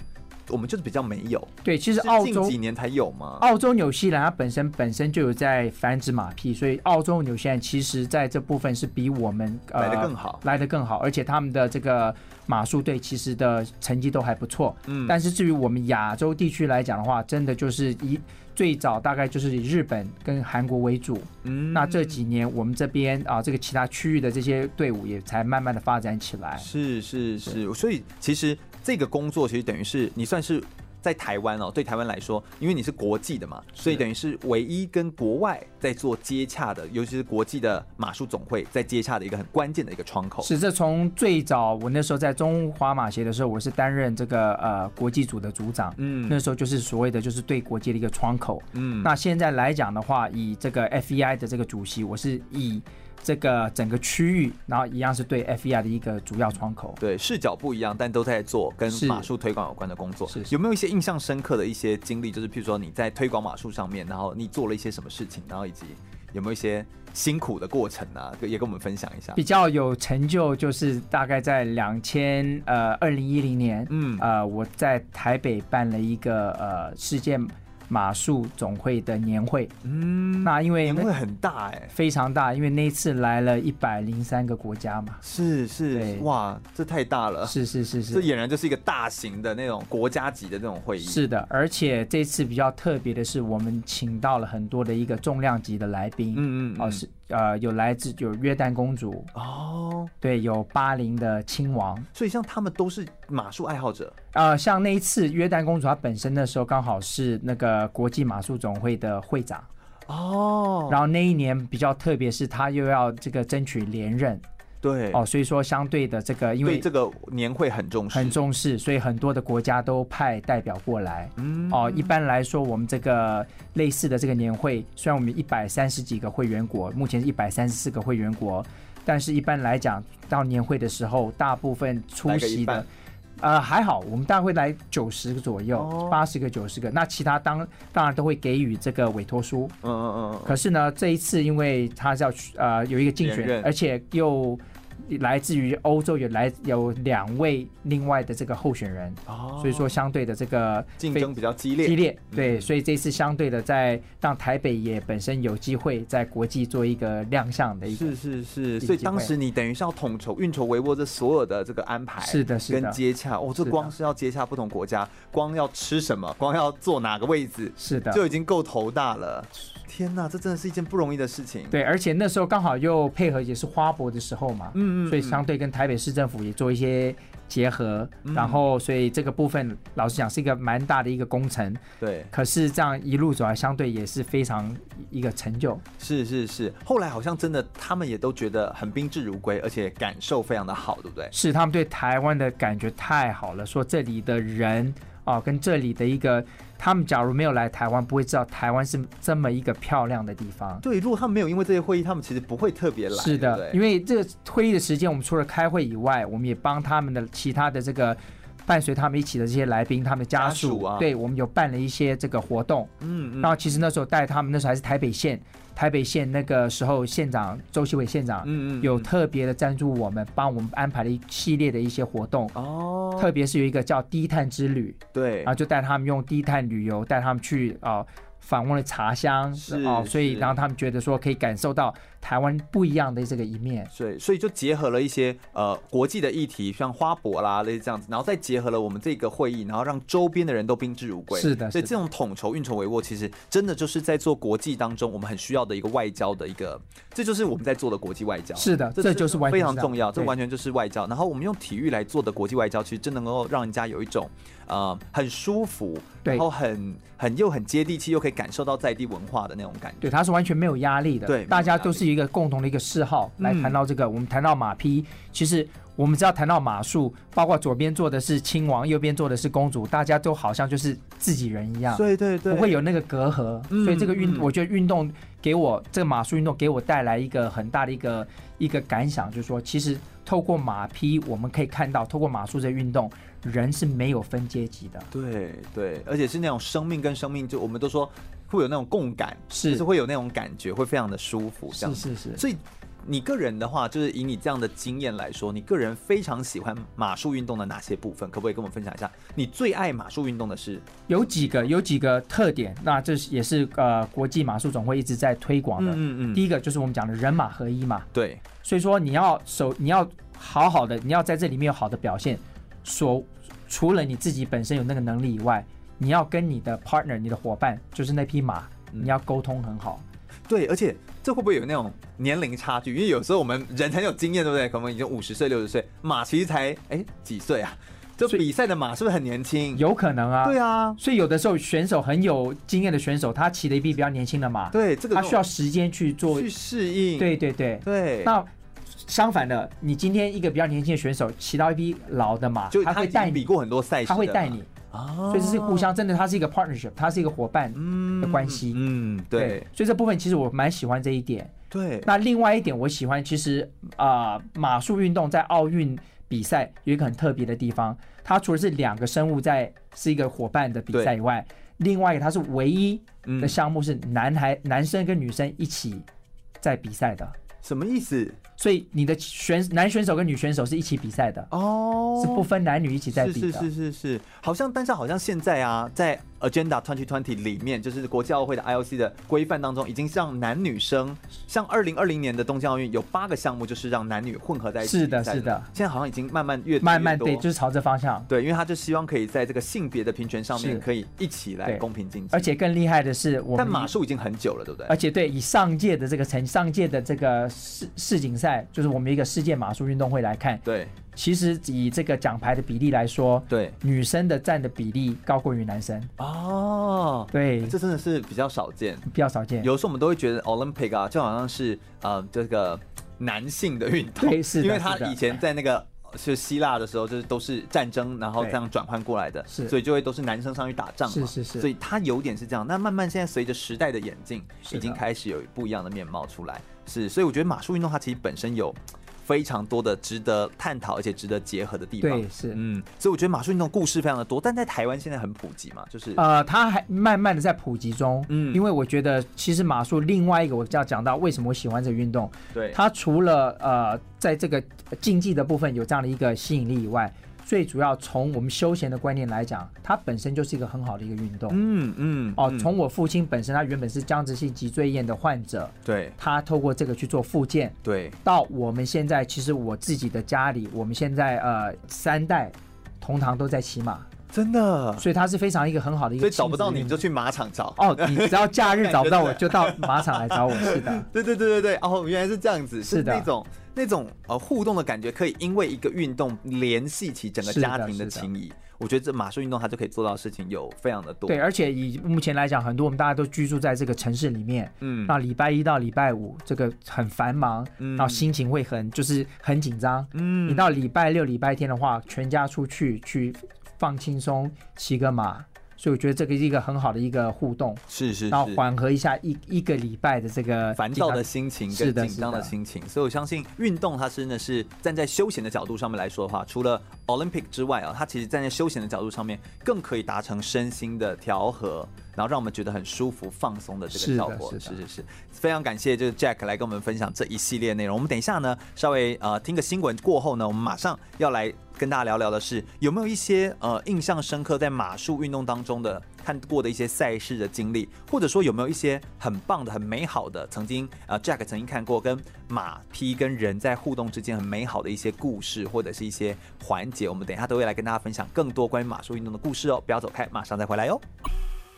我们就是比较没有。对，其实是澳近洲几年才有吗？澳洲、纽西兰它本身本身就有在繁殖马匹，所以澳洲、纽西兰其实在这部分是比我们、呃、来得更好来得更好，而且他们的这个马术队其实的成绩都还不错。嗯但是至于我们亚洲地区来讲的话，真的就是以最早大概就是以日本跟韩国为主。嗯那这几年我们这边啊、这个其他区域的这些队伍也才慢慢的发展起来。是是是，所以其实这个工作其实等于是你算是在台湾哦，对台湾来说，因为你是国际的嘛，所以等于是唯一跟国外在做接洽的，尤其是国际的马术总会在接洽的一个很关键的一个窗口。是这从最早我那时候在中华马协的时候，我是担任这个呃国际组的组长，嗯那时候就是所谓的就是对国际的一个窗口。嗯，那现在来讲的话，以这个 FEI 的这个主席，我是以这个整个区域，然后一样是对 FEI 的一个主要窗口。对视角不一样，但都在做跟是马术推广有关的工作。是是有没有一些印象深刻的一些经历？就是譬如说你在推广马术上面，然后你做了一些什么事情，然后以及有没有一些辛苦的过程啊，也跟我们分享一下比。较有成就就是大概在两千呃二零一零年，嗯呃我在台北办了一个呃世界马术总会的年会，嗯，那因为年那会很大哎、非常大，因为那一次来了一百零三个国家嘛，是是对，哇，这太大了，是是是啊这是。俨然就是一个大型的那种国家级的那种会议。是的，而且这次比较特别的是，我们请到了很多的一个重量级的来宾，嗯，嗯嗯，哦，是呃，有来自有约旦公主，哦，对，有巴林的亲王。所以像他们都是马术爱好者，呃，像那一次约旦公主，她本身那时候刚好是那个国际马术总会的会长，哦，然后那一年比较特别，是她又要这个争取连任对，哦，所以说相对的这个因对为这个年会很重视，很重视，所以很多的国家都派代表过来。嗯哦，一般来说，我们这个类似的这个年会，虽然我们一百三十几个会员国，目前是一百三十四个会员国，但是一般来讲，到年会的时候，大部分出来个席一的半，呃，还好，我们大概会来九十个左右哦，八十、个、九十个，那其他当当然都会给予这个委托书。嗯嗯嗯嗯，可是呢，这一次因为他是要去呃有一个竞连选，任而且又来自于欧洲有来有两位另外的这个候选人，哦所以说相对的这个竞非争比较激烈，激烈，对，嗯所以这次相对的在让台北也本身有机会在国际做一个亮相的一个是是是，个所以机会当时你等于是要统筹、运筹帷幄这所有的这个安排，是的是的跟接洽。哦，这是的光是要接洽不同国家，光要吃什么，光要坐哪个位置，是的，就已经够头大了。天哪，这真的是一件不容易的事情。对，而且那时候刚好又配合也是花博的时候嘛，嗯，嗯嗯，所以相对跟台北市政府也做一些结合，嗯然后所以这个部分老实讲是一个蛮大的一个工程，对，可是这样一路走来，相对也是非常一个成就。是是是。后来好像真的，他们也都觉得很宾至如归，而且感受非常的好，对不对？是他们对台湾的感觉太好了，说这里的人啊、跟这里的一个，他们假如没有来台湾，不会知道台湾是这么一个漂亮的地方。对，如果他们没有因为这些会议，他们其实不会特别来，是的，对不对因为这个会议的时间，我们除了开会以外，我们也帮他们的其他的这个伴随他们一起的这些来宾，他们的家家属属啊对我们有办了一些这个活动。嗯然嗯后其实那时候带他们，那时候还是台北县，台北县那个时候县长周其伟县长、嗯嗯，有特别的赞助我们，帮我们安排了一系列的一些活动。哦，特别是有一个叫低碳之旅，对然后就带他们用低碳旅游，带他们去啊访问了茶乡，是哦，所以是让他们觉得说可以感受到台湾不一样的这个一面。所以，所以就结合了一些呃国际的议题，像花博啦类似这样子，然后再结合了我们这个会议，然后让周边的人都宾至如归。是的所以是的这种统筹、运筹帷幄，其实真的就是在做国际当中我们很需要的一个外交的一个，这就是我们在做的国际外交。是的这就是完全非是常这样重要，这对完全就是外交。然后我们用体育来做的国际外交，其实真能够让人家有一种呃很舒服，对然后很很又很接地气，又可以感受到在地文化的那种感觉。对，他是完全没有压力的，对大家没有压力都是一个共同的一个嗜好来嗯谈到这个。我们谈到马匹，其实我们只要谈到马术，包括左边坐的是亲王，右边坐的是公主，大家都好像就是自己人一样。对对对，啊不会有那个隔阂，嗯所以这个运，嗯我觉得运动给我这个马术运动给我带来一个很大的一个一个感想，就是说，其实透过马匹，我们可以看到，透过马术这个运动，人是没有分阶级的，对对，而且是那种生命跟生命，就我们都说会有那种共感，是就是会有那种感觉，会非常的舒服这样子。是是是，所以你个人的话，就是以你这样的经验来说，你个人非常喜欢马术运动的哪些部分？可不可以跟我们分享一下？你最爱马术运动的是？有几个有几个特点，那这是也是呃国际马术总会一直在推广的。嗯第一个就是我们讲的人马合一嘛，对，所以说你要手你要好好的，你要在这里面有好的表现，所除了你自己本身有那个能力以外，你要跟你的 partner、你的伙伴，就是那匹马，嗯你要沟通很好。对，而且这会不会有那种年龄差距？因为有时候我们人很有经验，对不对？可能已经五十岁、六十岁，马其实才哎几岁啊？就所以比赛的马是不是很年轻？有可能啊。嗯对啊。啊，所以有的时候选手很有经验的选手，他骑了一匹比较年轻的马，对这个他需要时间去做。去适应，对对对。对，那相反的，你今天一个比较年轻的选手骑到一匹老的马，就他他会已带经比你，过很多赛事，他会带，你，啊所以这是互相真的，它是一个 partnership，它是一个伙伴的嗯关系。嗯，对所以这部分其实我蛮喜欢这一点。对，那另外一点，我喜欢其实啊、呃马术运动在奥运比赛有一个很特别的地方，它除了是两个生物在是一个伙伴的比赛以外，另外一个它是唯一的嗯，项目是男孩、男生跟女生一起在比赛的，什么意思？所以你的选男选手跟女选手是一起比赛的，哦，是不分男女一起在是比的。哦是是是是，好像但是好像现在啊，在 Agenda 2020里面，就是国际奥会的 IOC 的规范当中，已经让男女生，像2020年的东京奥运有八个项目就是让男女混合在一起是的比赛是的现在好像已经慢慢越慢慢越多对，就是朝这方向。对，因为他就希望可以在这个性别的平权上面是可以一起来对公平竞技，而且更厉害的是，我但们马术已经很久了，对不对而？且对以上届的这个成上届的这个世世锦赛，就是我们一个世界马术运动会来看，对其实以这个奖牌的比例来说，对女生的占的比例高过于男生，哦，对，这真的是比较少见。比较少见。有时候我们都会觉得 Olympic 啊，就好像是呃这个男性的运动，对是的因为他是的以前在那个。是希腊的时候，就是都是战争，然后这对样转换过来的，是所以就会都是男生上去打仗嘛，是是是所以它有点是这样。那慢慢现在随着时代的演进，是的已经开始有不一样的面貌出来，是，所以我觉得马术运动它其实本身有非常多的值得探讨而且值得结合的地方对，，是，嗯，所以我觉得马术运动故事非常的多，但在台湾现在很普及嘛，就是呃，它还慢慢的在普及中，嗯因为我觉得其实马术另外一个我要讲到为什么我喜欢这个运动，对，它除了呃在这个竞技的部分有这样的一个吸引力以外，最主要从我们休闲的观念来讲，它本身就是一个很好的一个运动。嗯嗯，哦，嗯从我父亲本身，他原本是僵直性脊椎炎的患者，对他透过这个去做复健，对到我们现在，其实我自己的家里，我们现在呃三代同堂都在骑马，真的，所以它是非常一个很好的一嗯所个以亲子找运动。不到你你就去马场找。哦， 你只要假日找不到我，就到马场来找我。是的，对对对对对，哦，原来是这样子，是的那种那种呃互动的感觉，可以因为一个运动联系起整个是的家庭的是的情谊。我觉得这马术运动它就可以做到的事情有非常的多。对，，而啊且以目前来讲，很多我们大家都居住在这个城市里面，嗯，那礼拜一到礼拜五这个很繁忙，嗯然后心情会很就是很紧张。嗯你到礼拜六、礼拜天的话，全家出去去放轻松，骑个马，所以我觉得这个是一个很好的一个互动。是是是然后缓和一下一一个礼拜的这个烦紧张躁的心情是跟的紧张的是的心情，所以我相信运动它真的是站在休闲的角度上面来说的话，除了 Olympic 之外啊，它其实站在休闲的角度上面更可以达成身心的调和，然后让我们觉得很舒服、放松的这是个的效果。是的是是，非常感谢就是 Jack 来跟我们分享这一系列内容。我们等一下呢，稍微呃听个新闻过后呢，我们马上要来跟大家聊聊的是有没有一些呃印象深刻在马术运动当中的看过的一些赛事的经历，或者说有没有一些很棒的、很美好的曾经呃 Jack 曾经看过跟马匹跟人在互动之间很美好的一些故事或者是一些环节，我们等一下都会来跟大家分享更多关于马术运动的故事哦。不要走开，马上再回来哟、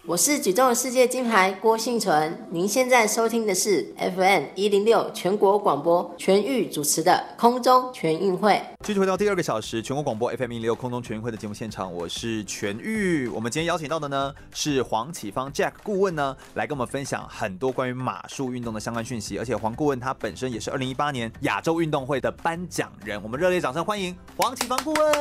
我是举重世界金牌郭幸存，您现在收听的是 FM 一零六全国广播全域主持的空中全运会。继续回到第二个小时，全国广播 FM 一六空中全运会的节目现场，我是全玉。我们今天邀请到的呢是黄启芳 Jack 顾问呢，来跟我们分享很多关于马术运动的相关讯息。而且黄顾问他本身也是二零一八年亚洲运动会的颁奖人，我们热烈掌声欢迎黄启芳顾问，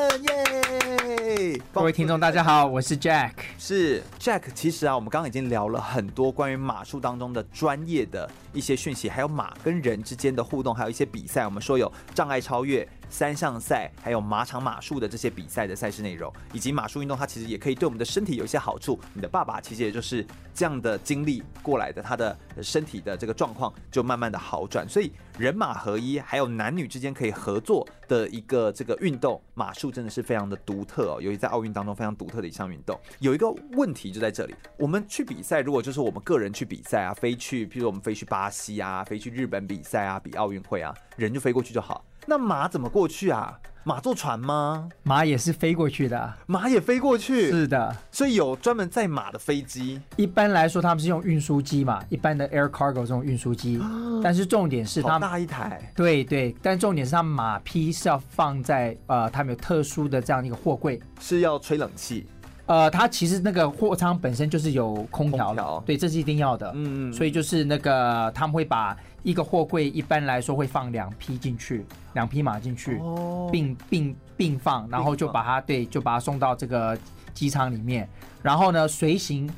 耶！各位听众，大家好，我是 Jack。是 Jack，其实啊，我们刚刚已经聊了很多关于马术当中的专业的一些讯息，还有马跟人之间的互动，还有一些比赛。我们说有障碍超越、三项赛，还有马场马术的这些比赛的赛事内容，以及马术运动，它其实也可以对我们的身体有一些好处。你的爸爸其实也就是这样的经历过来的，他的身体的这个状况就慢慢的好转。所以人马合一，还有男女之间可以合作的一个这个运动，马术真的是非常的独特哦，尤其在奥运当中非常独特的一项运动。有一个问题就在这里，我们去比赛，如果就是我们个人去比赛啊，飞去，譬如我们飞去巴西啊，飞去日本比赛啊，比奥运会啊，人就飞过去就好。那马怎么过去啊？马坐船吗？马也是飞过去的啊，马也飞过去，是的。所以有专门载马的飞机。一般来说，他们是用运输机嘛，一般的 air cargo 这种运输机。但是重点是啊好他们，大一台，对对，但重点是他们马匹是要放在呃，他们有特殊的这样一个货柜。是要吹冷气，呃，它其实那个货舱本身就是有空调空的，调对，这是一定要的。嗯嗯，所以就是那个他们会把一个货柜一般来说会放两匹进去，两匹马进去，哦并并并放，然后就放把它对，就把它送到这个机场里面。然后呢，随行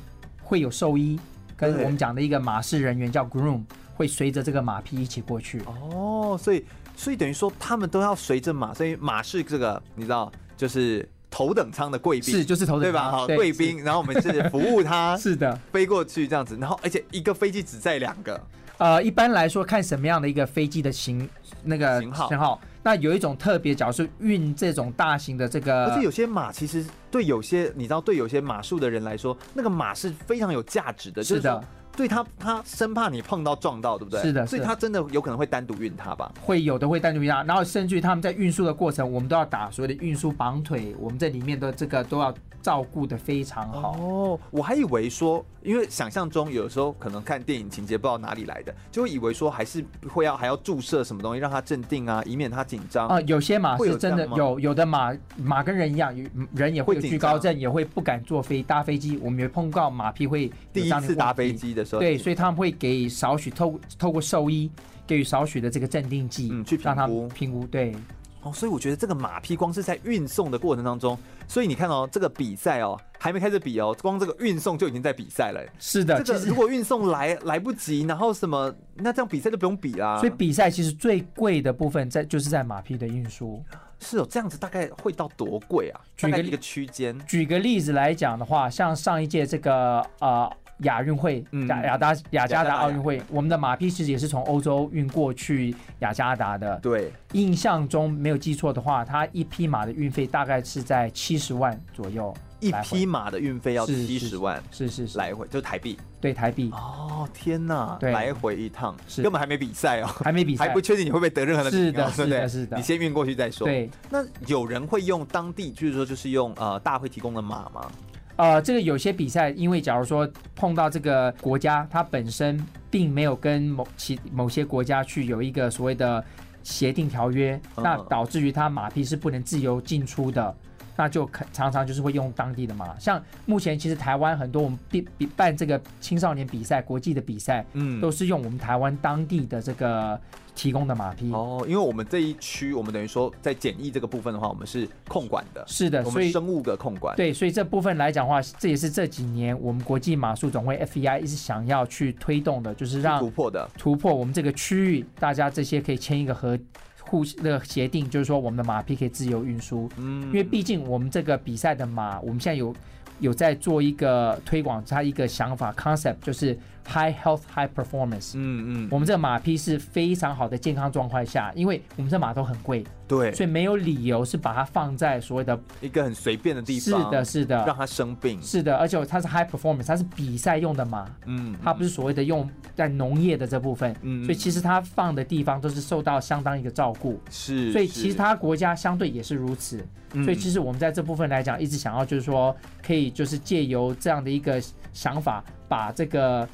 会有兽医跟对我们讲的一个马事人员叫 groom，会随着这个马匹一起过去。哦，所以所以等于说他们都要随着马，所以马是这个你知道，就是头等舱的贵宾，是就是头等对吧？舱好，对贵宾，然后我们是服务他 是的，飞过去这样子，然后而且一个飞机只载两个，呃，一般来说看什么样的一个飞机的型那个型号那有一种特别，假如是运这种大型的这个，而且有些马其实对有些你知道对有些马术的人来说，那个马是非常有价值的，就是是的说对他他生怕你碰到撞到，对不对？是的所以是的他真的有可能会单独运它吧？会有的会单独压，然后甚至于他们在运输的过程，我们都要打所谓的运输绑腿，我们这里面的这个都要照顾的非常好。哦，我还以为说，因为想象中有时候可能看电影情节不知道哪里来的，就会以为说还是会要还要注射什么东西让他镇定啊，以免他紧张。啊、有些马会有是真这的样吗有，有的马马跟人一样，有人也会有会紧惧高张症，也会不敢坐飞搭飞机。我们有碰到马匹会有第这一样的次搭问飞题，机的时候，对，所以他们会给予少许透透过兽医给予少许的这个镇定剂，嗯去评让他估们评估。对，哦，所以我觉得这个马屁光是在运送的过程当中，所以你看哦，这个比赛哦还没开始比哦，光这个运送就已经在比赛了。是的，这个其实如果运送来来不及，然后什么，那这样比赛就不用比啦。 所以比赛其实最贵的部分在就是在马匹的运输。是哦，这样子大概会到多贵啊？举大个概例一个区间，举个例子来讲的话，像上一届这个呃亚运会嗯雅雅达雅加雅加达达奥运会，我们的马匹其实也是从欧洲运过去雅加达的。对，印象中没有记错的话，它一匹马的运费大概是在七十万左右一来回。匹马的运费要是是七十万是是是，来回，就台币。对台币哦，天哪，对来回一趟，是根本还没比赛哦。还没比还赛不。确定你会不会得任何的是名额对的不对？是的是的你先运过去再说。，对，那有人会用当地，就是说，就是用呃大会提供的马吗？呃，这个有些比赛，因为假如说碰到这个国家，它本身并没有跟某其某些国家去有一个所谓的协定条约，嗯那导致于它马匹是不能自由进出的，那就可常常就是会用当地的马。像目前其实台湾很多我们比比办这个青少年比赛、国际的比赛，嗯，都是用我们台湾当地的这个提供的马匹。哦，因为我们这一区，我们等于说在检疫这个部分的话，我们是控管的，是的，我所们以生物的控管。对，所以这部分来讲的话，这也是这几年我们国际马术总会 FEI 一直想要去推动的，就是是突让破的，突破我们这个区域，大家这些可以签一个合互那个协定，就是说我们的马匹可以自由运输，嗯，因为毕竟我们这个比赛的马，我们现在有有在做一个推广，它一个想法 concept 就是 high health high performance。嗯嗯，我们这个马匹是非常好的健康状况下，因为我们这马都很贵，对，所以没有理由是把它放在所谓的一个很随便的地是方，的，是的，让他生病，是的，而且它是 high performance，它是比赛用的马，嗯，它不是是所谓的用在农业的这部分，嗯所以其实它放的地方都是受到相当一个照顾，是，嗯所以其他国家相对也是如此，所以其实实我们在这部分来讲，一直想要就是说，可以就是借由这样的一个想法，把这个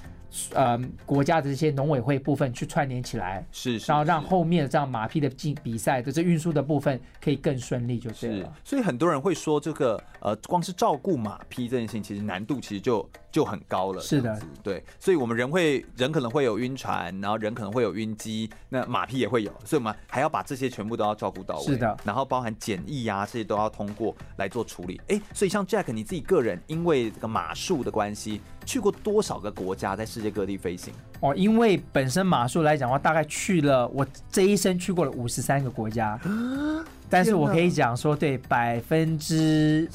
呃国家的这些农委会部分去串联起来。是，是然后让是后面的这样马匹的进比赛的这运输的部分可以更顺利，就对是了。，所以很多人会说这个呃，光是照顾马匹这件事情，其实难度其实就就很高了。是的这样子，对，所以我们人会人可能会有晕船，然后人可能会有晕机，那马匹也会有，所以我们还要把这些全部都要照顾到位。是的然后包含检疫啊这些都要通过来做处理。哎，所以像 Jack 你自己个人，因为这个马术的关系，去过多少个国家，在世界各地飞行？哦，因为本身马术来讲的话，大概去了我这一生去过了五十三个国家，啊但是我可以讲说，对百分之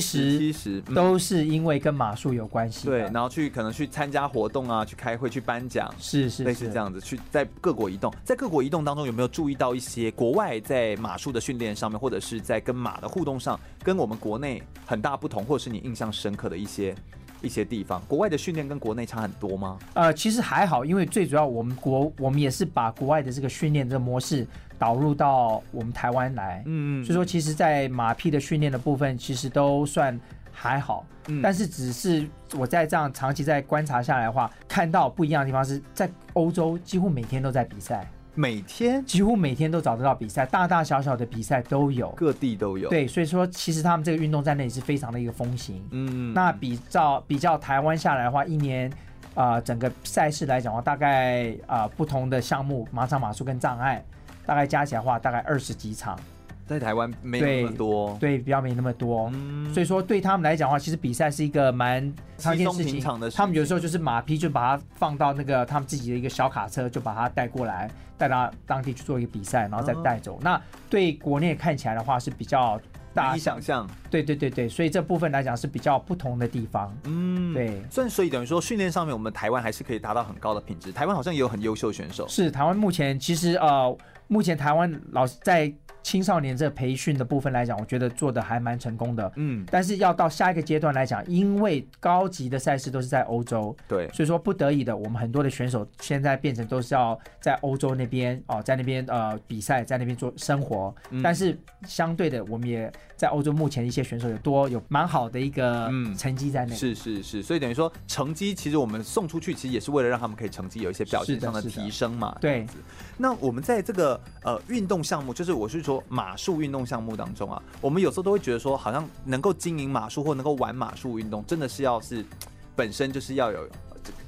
七十十嗯都是因为跟马术有关系对的。，然后去可能去参加活动啊，去开会，去颁奖。是是类是似这。样子去在各国移动，在各国移动当中有没有注意到一些国外在马术的训练上面，或者是在跟马的互动上，跟我们国内很大不同，或者是你印象深刻的一些一些地方？国外的训练跟国内差很多吗？呃，其实还好，因为最主要我们国我们也是把国外的这个训练的模式导入到我们台湾来，嗯所以说其实，在马匹的训练的部分，其实都算还好。嗯但是只是我在这样长期在观察下来的话，看到不一样的地方是在欧洲几乎每天都在比赛，每天几乎每天都找得到比赛，大大小小的比赛都有。各地都有。，对，所以说其实他们这个运动在那里是非常的一个风行。嗯那比较比较台湾下来的话，一年啊、呃整个赛事来讲的话，大概啊、呃不同的项目，马场马术跟障碍，大概加起来的话，大概二十几场，在台湾没有那么多。对，比较没那么多。嗯，所以说，对他们来讲的话，其实比赛是一个蛮常见事平情。常的事情他们有时候就是马匹，就把它放到那个他们自己的一个小卡车，就把它带过来，带到当地去做一个比赛，然后再哦带走。那对国内看起来的话是比较大难以，想象。对对对对，所以这部分来讲是比较不同的地方。嗯，对所以所以等于说训练上面，我们台湾还是可以达到很高的品质。台湾好像也有很优秀的选手。是台湾目前其实呃，目前台湾老师在青少年这个培训的部分来讲，我觉得做的还蛮成功的。嗯，但是要到下一个阶段来讲，因为高级的赛事都是在欧洲，对，所以说不得已的，我们很多的选手现在变成都是要在欧洲那边哦、在那边呃比赛，在那边做生活。嗯但是相对的，我们也在欧洲目前一些选手有多有蛮好的一个嗯成绩在内。是是是，所以等于说成绩，其实我们送出去，其实也是为了让他们可以成绩有一些表现是的上的是的提升嘛。这对样子。那我们在这个呃运动项目，就是我是说马术运动项目当中啊，我们有时候都会觉得说，好像能够经营马术或能够玩马术运动，真的是要是本身就是要有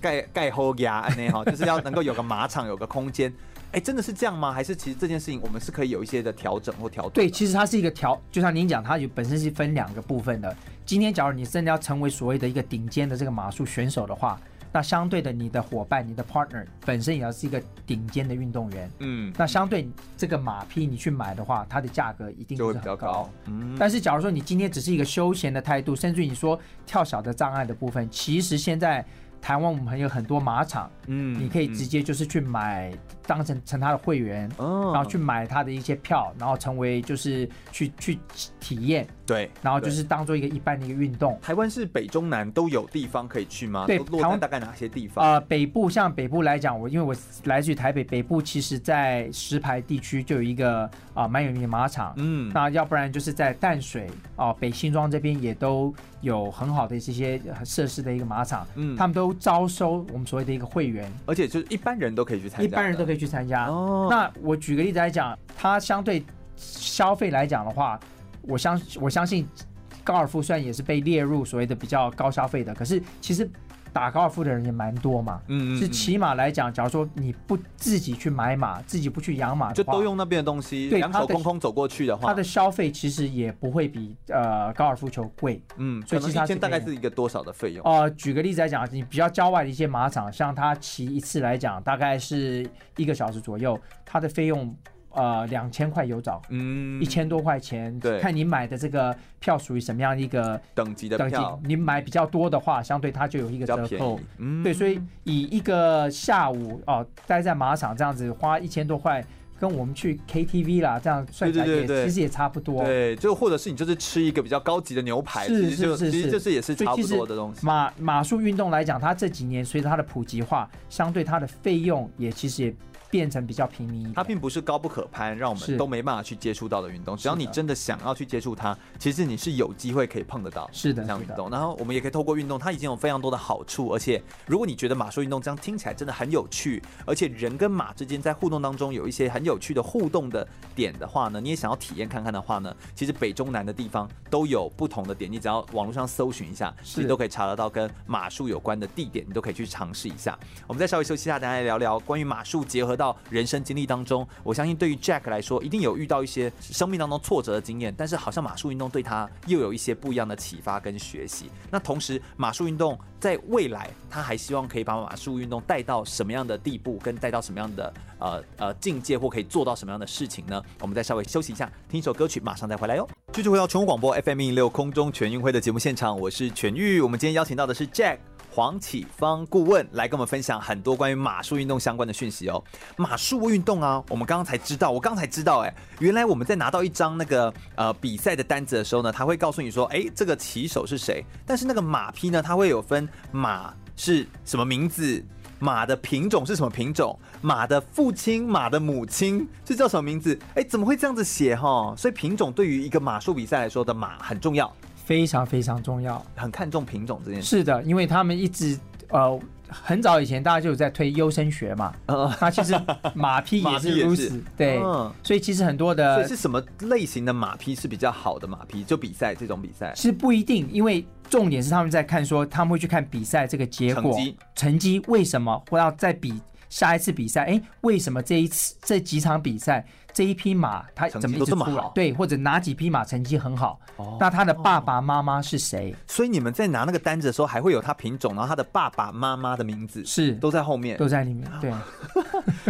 盖盖后牙啊那哈，就是要能够有个马场，有个空间。哎，真的是这样吗？还是其实这件事情我们是可以有一些的调整或调整？对，，其实它是一个调，就像您讲，它有本身是分两个部分的。今天，假如你真的要成为所谓的一个顶尖的这个马术选手的话，那相对的，你的伙伴、你的 partner 本身也要是一个顶尖的运动员。嗯，那相对这个马匹你去买的话，它的价格一定就会是比较很高高。。嗯，但是假如说你今天只是一个休闲的态度，甚至于你说跳小的障碍的部分，其实现在台湾我们还有很多马场，嗯你可以直接就是去买，当成成他的会员，嗯然后去买他的一些票，然后成为就是去去体验，对，然后就对是当做一个一般的一个运动。台湾是北中南都有地方可以去吗？对都落台在湾大概哪些地方？呃，北部像北部来讲，我因为我来自于台北，北部其实在石牌地区就有一个啊、蛮有名的马场，嗯，那要不然就是在淡水哦、北新庄这边也都有很好的这些呃设施的一个马场，嗯他们都招收我们所谓的一个会员，而且就是一般人都可以去参加，一般人都可以。以去参加。哦，那我举个例子来讲，它相对消费来讲的话，我相我相信高尔夫虽然也是被列入所谓的比较高消费的，可是其实打高尔夫的人也蛮多嘛。嗯是骑骑马来讲，假如说你不自己去买马，自己不去养马的就话都用那边的东西，对两手它的空空走过去的话，它的消费其实也不会比呃高尔夫球贵。嗯，所可能以其实它一是天大可以概是一个多少的费用？呃，举个例子来讲，你比较郊外的一些马场，像它骑一次来讲，大概是一个小时左右，它的费用呃两千块有找。嗯，一千多块钱，对看你买的这个票属于什么样的一个等级的等级票，你买比较多的话，相对它就有一比个较折便扣宜。。嗯，对，所以以一个下午哦，待在马场这样子花一千多块，跟我们去 KTV 啦，这样算起来对对也对对其实也差不多。对，就或者是你就是吃一个比较高级的牛排，其是实就是是其实是就是也是所以差不其实多的东西。马马术运动来讲，它这几年随着它的普及化，相对它的费用也其实也变成比较平民一它点。并不是高不可攀，让我们是都没办法去接触到的运动。只要你真的想要去接触它，其实你是有机会可以碰得到。是的这样是运的动。然后我们也可以透过运动，它已经有非常多的好处。而且，如果你觉得马术运动这样听起来真的很有趣，而且人跟马之间在互动当中有一些很有趣的互动的点的话呢，你也想要体验看看的话呢，其实北中南的地方都有不同的点，你只要网络上搜寻一下，是你都可以查得到跟马术有关的地点，你都可以去尝试一下。我们再稍微休息一下，等下来聊聊关于马术结合到人生经历当中。我相信对于 Jack 来说，一定有遇到一些生命当中挫折的经验，但是好像马术运动对他又有一些不一样的启发跟学习。那同时，马术运动在未来，他还希望可以把马术运动带到什么样的地步，跟带到什么样的呃呃境界，或可以做到什么样的事情呢？我们再稍微休息一下，听一首歌曲，马上再回来哟。继续回到全国广播 FM 一零六空中全运会的节目现场，我是全玉。我们今天邀请到的是 Jack。黄启芳顾问来跟我们分享很多关于马术运动相关的讯息哦。马术运动啊，我们刚刚才知道，我刚才知道、哎，原来我们在拿到一张那个呃比赛的单子的时候呢，他会告诉你说，哎、这个骑手是谁，但是那个马匹呢，它会有分马是什么名字。马的品种是什么品种？马的父亲、马的母亲，这叫什么名字？哎，怎么会这样子写哈？所以品种对于一个马术比赛来说的马很重要，非常非常重要。很看重品种这件事。是的，因为他们一直呃很早以前大家就有在推优生学 嘛，呃，那其实马匹 马也匹是也如是此，对嗯，所以其实很多所的以是什么类型的马匹是比较好的马匹？就比赛这种比赛其，实不一定，因为重点是他们在看说他们会去看比赛这个结果成绩成绩为什么，或要再比下一次比赛，哎，为什么这一次这几场比赛这一匹马它成绩怎么一都直这么出来好？对，或者哪几匹马成绩很好？哦那他的爸爸妈妈是谁？所以你们在拿那个单子的时候，还会有它品种，然后它的爸爸妈妈的名字是都在后面。都在里面，哎对，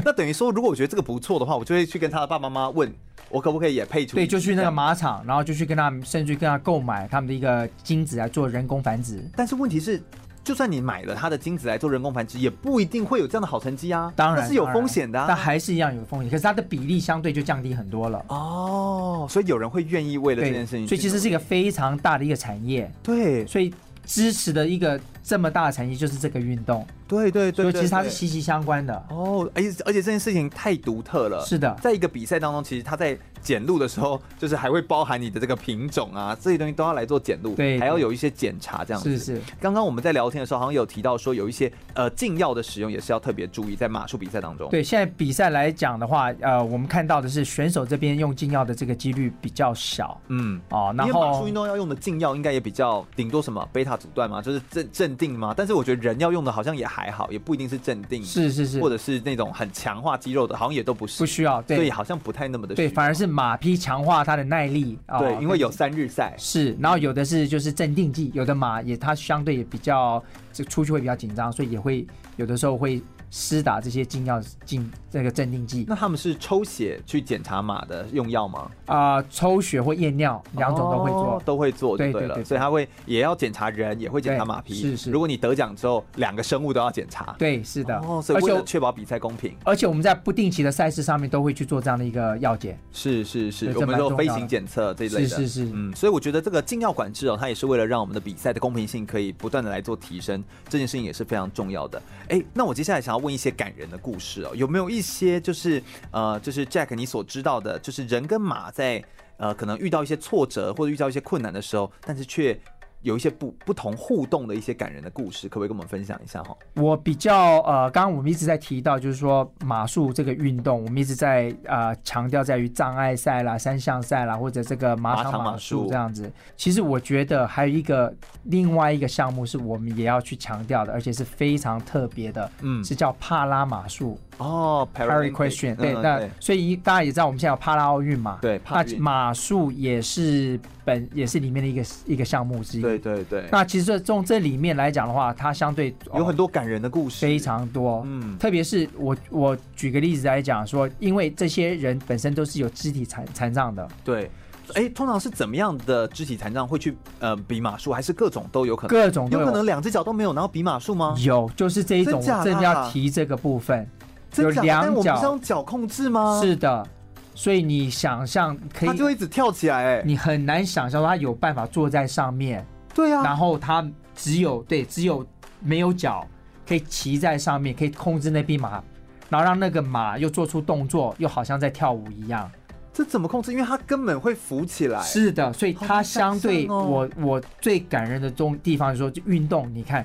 那等于说，如果我觉得这个不错的话，我就会去跟他的爸爸妈妈问，我可不可以也配出一对，只就去这那个样。马场，然后就去跟他们，甚至跟他购买他们的一个精子来啊做人工繁殖。但是问题是，就算你买了它的精子来做人工繁殖，也不一定会有这样的好成绩啊。当然那是有当然风险的、但啊。还是一样有风险，可是它的比例相对就降低很多了。哦，所以有人会愿意为了这件对，事情去努力，所以其实是一个非常大的一个产业，对所以支持的一个这么大的产业就是这个运动，对对对所对以其实它是对息息相关的。哦，而且而且这件事情太独特了。是的在一个比赛当中，其实他在检录的时候，就是还会包含你的这个品种啊，这些东西都要来做检录，对还要有一些检查这样子。是是，刚刚我们在聊天的时候，好像有提到说有一些呃禁药的使用也是要特别注意，在马术比赛当中。，对，现在比赛来讲的话，呃，我们看到的是选手这边用禁药的这个几率比较小嗯。哦，因然为马术后运动要用的禁药应该也比较，顶多什么贝塔阻断嘛，就是镇镇定嘛。但是我觉得人要用的好像也还好，也不一定是镇定，是是是或，者是那种很强化肌肉的，好像也都不是，不需要所以对好像不太那么的对，需要反而是马匹强化它的耐力啊，对，因为有三日赛，是，然后有的是就是镇定剂，有的马也它相对也比较这出去会比较紧张，所以也会有的时候会施打这些禁药禁这个镇定剂那他们是抽血去检查马的用药吗？啊、抽血或验尿两种都会做。哦都会做就对对了。对对对所以他会也要检查人，也会检查马匹。对是是如果你得奖之后，两个生物都要检查。对，是的，哦，所而以为且了我确保比赛公平，而且我们在不定期的赛事上面都会去做这样的一个药检。是是是，对我这们蛮说重飞要行的检测这一类的，是是是嗯，所以我觉得这个禁药管制哦，它也是为了让我们的比赛的公平性可以不断的来做提升，这件事情也是非常重要的。哎，那我接下来想要问一些感人的故事哦，有没有一些就是呃，就是 Jack 你所知道的，就是人跟马在呃可能遇到一些挫折或者遇到一些困难的时候，但是却有一些不不同互动的一些感人的故事，可不可以跟我们分享一下哈、我比较呃，刚刚我们一直在提到，就是说马术这个运动，我们一直在呃强调在于障碍赛啦、三项赛啦，或者这个马马场场马马术术这样子。其实我觉得还有一个另外一个项目是我们也要去强调的，而且是非常特别的，嗯是叫帕拉马术哦 p a r a question）。对，嗯那所以大家也知道我们现在有帕拉奥运嘛，对帕那运马术也是本也是里面的一个一个项目之一。对对对，那其实这从这里面来讲的话，它相对有很多。多感人的故事，非常多，嗯特别是我我举个例子来讲说，因为这些人本身都是有肢体残残障的，对，哎，通常是怎么样的肢体残障会去呃比马术，还是各种都有可能？各种都有有可能两只脚都没有，然后比马术吗？有就是这一真种，假的啊我正要提这个部分，真有假的但两我们不是要脚用脚控制吗？，是的，所以你想象可以他，就会一直跳起来，哎，你很难想象他有办法坐在上面，对啊然，后他只有对只有没有脚可以骑在上面，可以控制那匹马，然后让那个马又做出动作，又好像在跳舞一样。这怎么控制？因为他根本会浮起来，是的，所以哎好它难想相对象哦我我最感人的中地方就是说，就运动，你看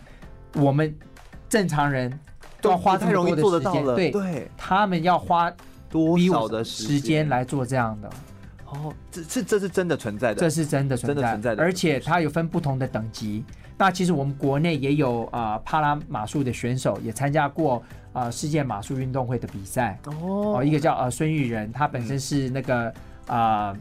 我们正常人都都要花不这太么容易多做得的时到间，了，对，对，他们要花多比少我的时间来做这样的，哦，这这这是真的存在的，这是真的存真的在，存在的而且它有分不同的等级。那其实我们国内也有啊、呃帕拉马术的选手也参加过啊、呃世界马术运动会的比赛，哦哦，一个叫呃孙玉仁，他本嗯身是那个啊、呃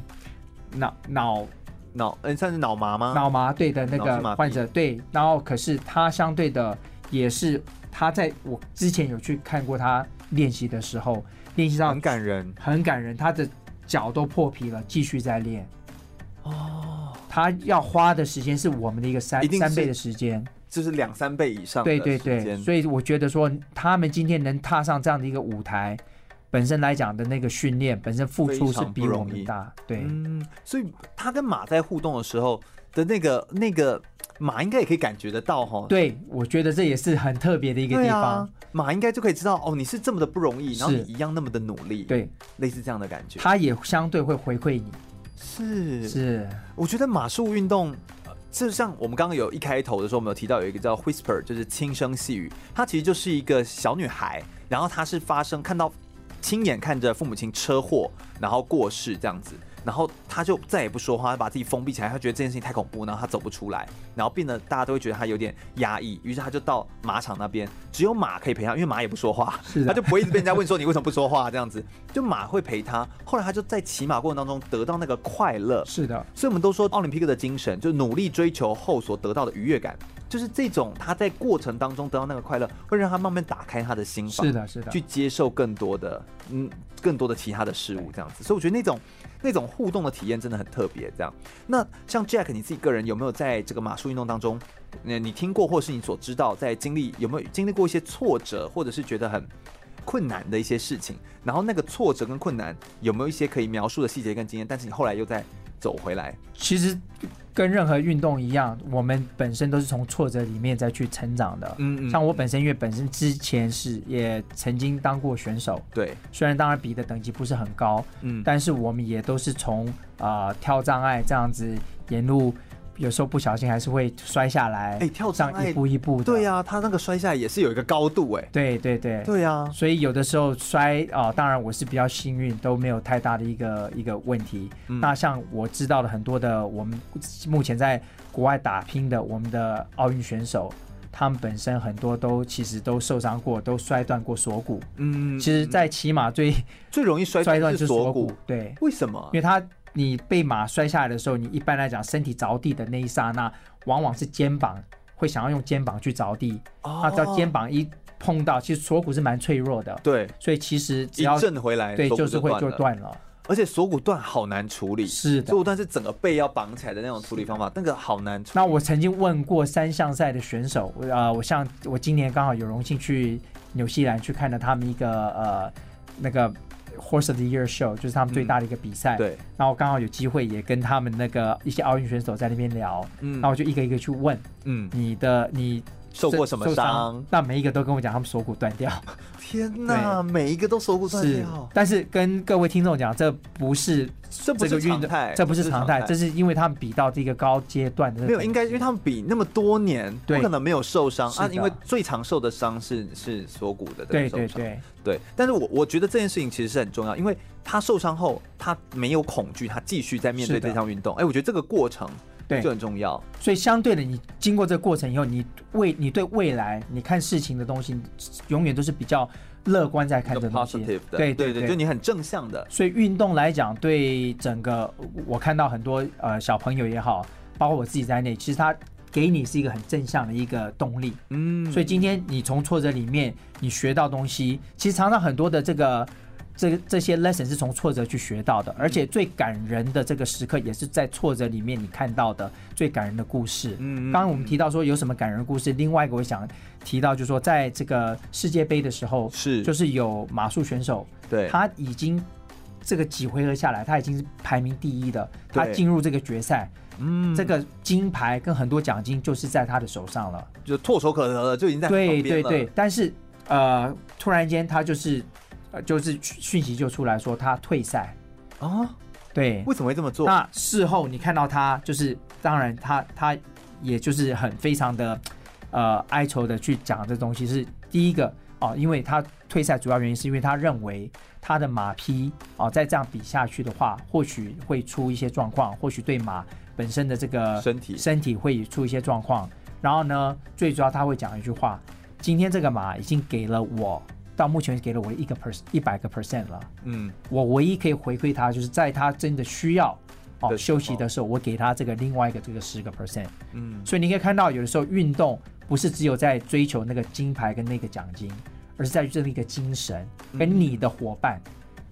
脑脑脑嗯算是脑麻吗？脑麻对的那脑性麻个痹患者，对，然后可是他相对的也是他在我之前有去看过他练习的时候，练习到很感人很感人，他的脚都破皮了，继续在练。哦，他要花的时间是我们的一个三一定是三倍的时间，就是两三倍以上的对对时对，间所以我觉得说他们今天能踏上这样的一个舞台，本身来讲的那个训练本身付非出是常比不我容易们大，对，嗯，所以他跟马在互动的时候的那个那个马应该也可以感觉得到哈。对，我觉得这也是很特别的一个对地啊方。，马应该就可以知道哦，你是这么的不容易，然后是你一样那么的努力，，对，类似这样的感觉。他也相对会回馈是你，是我觉得马术运动，呃就像我们刚刚有一开头的时候，我们有提到有一个叫 whisper，就是轻声细语，它其实就是一个小女孩，然后她是发生看到亲眼看着父母亲车祸，然后过世这样子，然后她就再也不说话，她把自己封闭起来，她觉得这件事情太恐怖，然后她走不出来，然后变得大家都会觉得她有点压抑，于是她就到马场那边，只有马可以陪她，因为马也不说话，是他的就，不会一直被人家问说你为什么不说话这样子，就马会陪她。后来她就在骑马过程当中得到那个快乐，是的，所以我们都说奥林匹克的精神，就是努力追求后所得到的愉悦感，就是这种他在过程当中得到那个快乐，会让他慢慢打开他的心房，是的，是的去，接受更多的嗯更多的其他的事物这样子。所以我觉得那种那种互动的体验真的很特别。这样，那像 Jack 你自己个人有没有在这个马术运动当中，呃你听过或是你所知道，在经历有没有经历过一些挫折，或者是觉得很困难的一些事情？然后那个挫折跟困难有没有一些可以描述的细节跟经验？但是你后来又再走回来，其实跟任何运动一样，我们本身都是从挫折里面再去成长的。嗯像我本身，因为本身之前是也曾经当过选手，对，虽然当然比的等级不是很高，嗯，但是我们也都是从啊、呃跳障碍这样子沿路，有时候不小心还是会摔下来，哎、跳这障样一碍，步一步的。对、呀、他那个摔下来也是有一个高度、哎，对对对。啊对呀、所以有的时候摔啊、呃当然我是比较幸运，都没有太大的一个一个问题。嗯那像我知道的很多的我们目前在国外打拼的我们的奥运选手，他们本身很多都其实都受伤过，都摔断过锁骨。嗯，其实，在骑马最最容易摔嗯断摔断的就是是锁锁骨骨，，对，为什么因？为它你被马摔下来的时候，你一般来讲身体着地的那一刹那，往往是肩膀会想要用肩膀去着地，啊那只要肩膀一碰到，其实锁骨是蛮脆弱的，对所以其实只一要震回来，对锁骨就是会就了，断了，而且锁骨断好难处理，是的锁。骨断是整个背要绑起来的那种处理方法，那个好难处理。那我曾经问过三项赛的选手，我呃，我像我今年刚好有荣幸去纽西兰去看了他们一个呃那个 Horse of the Year Show，就是他们最大的一个比赛。。嗯对，然后刚好有机会也跟他们那个一些奥运选手在那边聊，嗯那我就一个一个去问，嗯，你的你受过什么受伤？？那每一个都跟我讲他们锁骨断掉，天哪，每一个都锁骨 断是掉，，但是跟各位听众讲，这不是这不这是个运常动态，，这不是常态，这是因为他们比到这个高阶段的这个没有，等应该级因为他们比那么多年，不对可能没有受伤是啊，的因为最常受的伤是是锁骨的这对个受对伤。对对，但是我我觉得这件事情其实是很重要，因为他受伤后他没有恐惧，他继续在面对是的这项运动。哎，我觉得这个过程对就，很重要。所以相对的，你经过这个过程以后，你未你对未来你看事情的东西，永远都是比较乐观在看一这个东西 positive 的，对对对，就你很正向的，所以运动来讲，对整个我看到很多呃小朋友也好，包括我自己在内，其实它给你是一个很正向的一个动力。嗯，所以今天你从挫折里面你学到东西，其实常常很多的这个。这个这些 lesson 是从挫折去学到的，而且最感人的这个时刻也是在挫折里面你看到的最感人的故事。嗯嗯刚刚我们提到说有什么感人故事，另外一个我想提到就是说，在这个世界杯的时候，是就是有马术选手对，他已经这个几回合下来，他已经是排名第一的，对他进入这个决赛，嗯这个金牌跟很多奖金就是在他的手上了。就唾手可得了，就已经在对旁边对了对，，但是呃，突然间他就是呃，就是讯讯息就出来说他退赛。啊，对，为什么会这么做？那事后你看到他，就是当然他他也就是很非常的呃哀愁的去讲这东西是第一个哦，因为他退赛主要原因是因为他认为他的马匹哦再这样比下去的话，或许会出一些状况，或许对马本身的这个身体身体会出一些状况。然后呢，最主要他会讲一句话：今天这个马已经给了我到目前为止给了我一个 percent 一百个 percent 了。嗯，我唯一可以回馈他，就是在他真的需要哦的时候休息的时候，我给他这个另外一个这个十个 percent。嗯，所以你可以看到，有的时候运动不是只有在追求那个金牌跟那个奖金，而是在于这一个精神跟你的伙伴。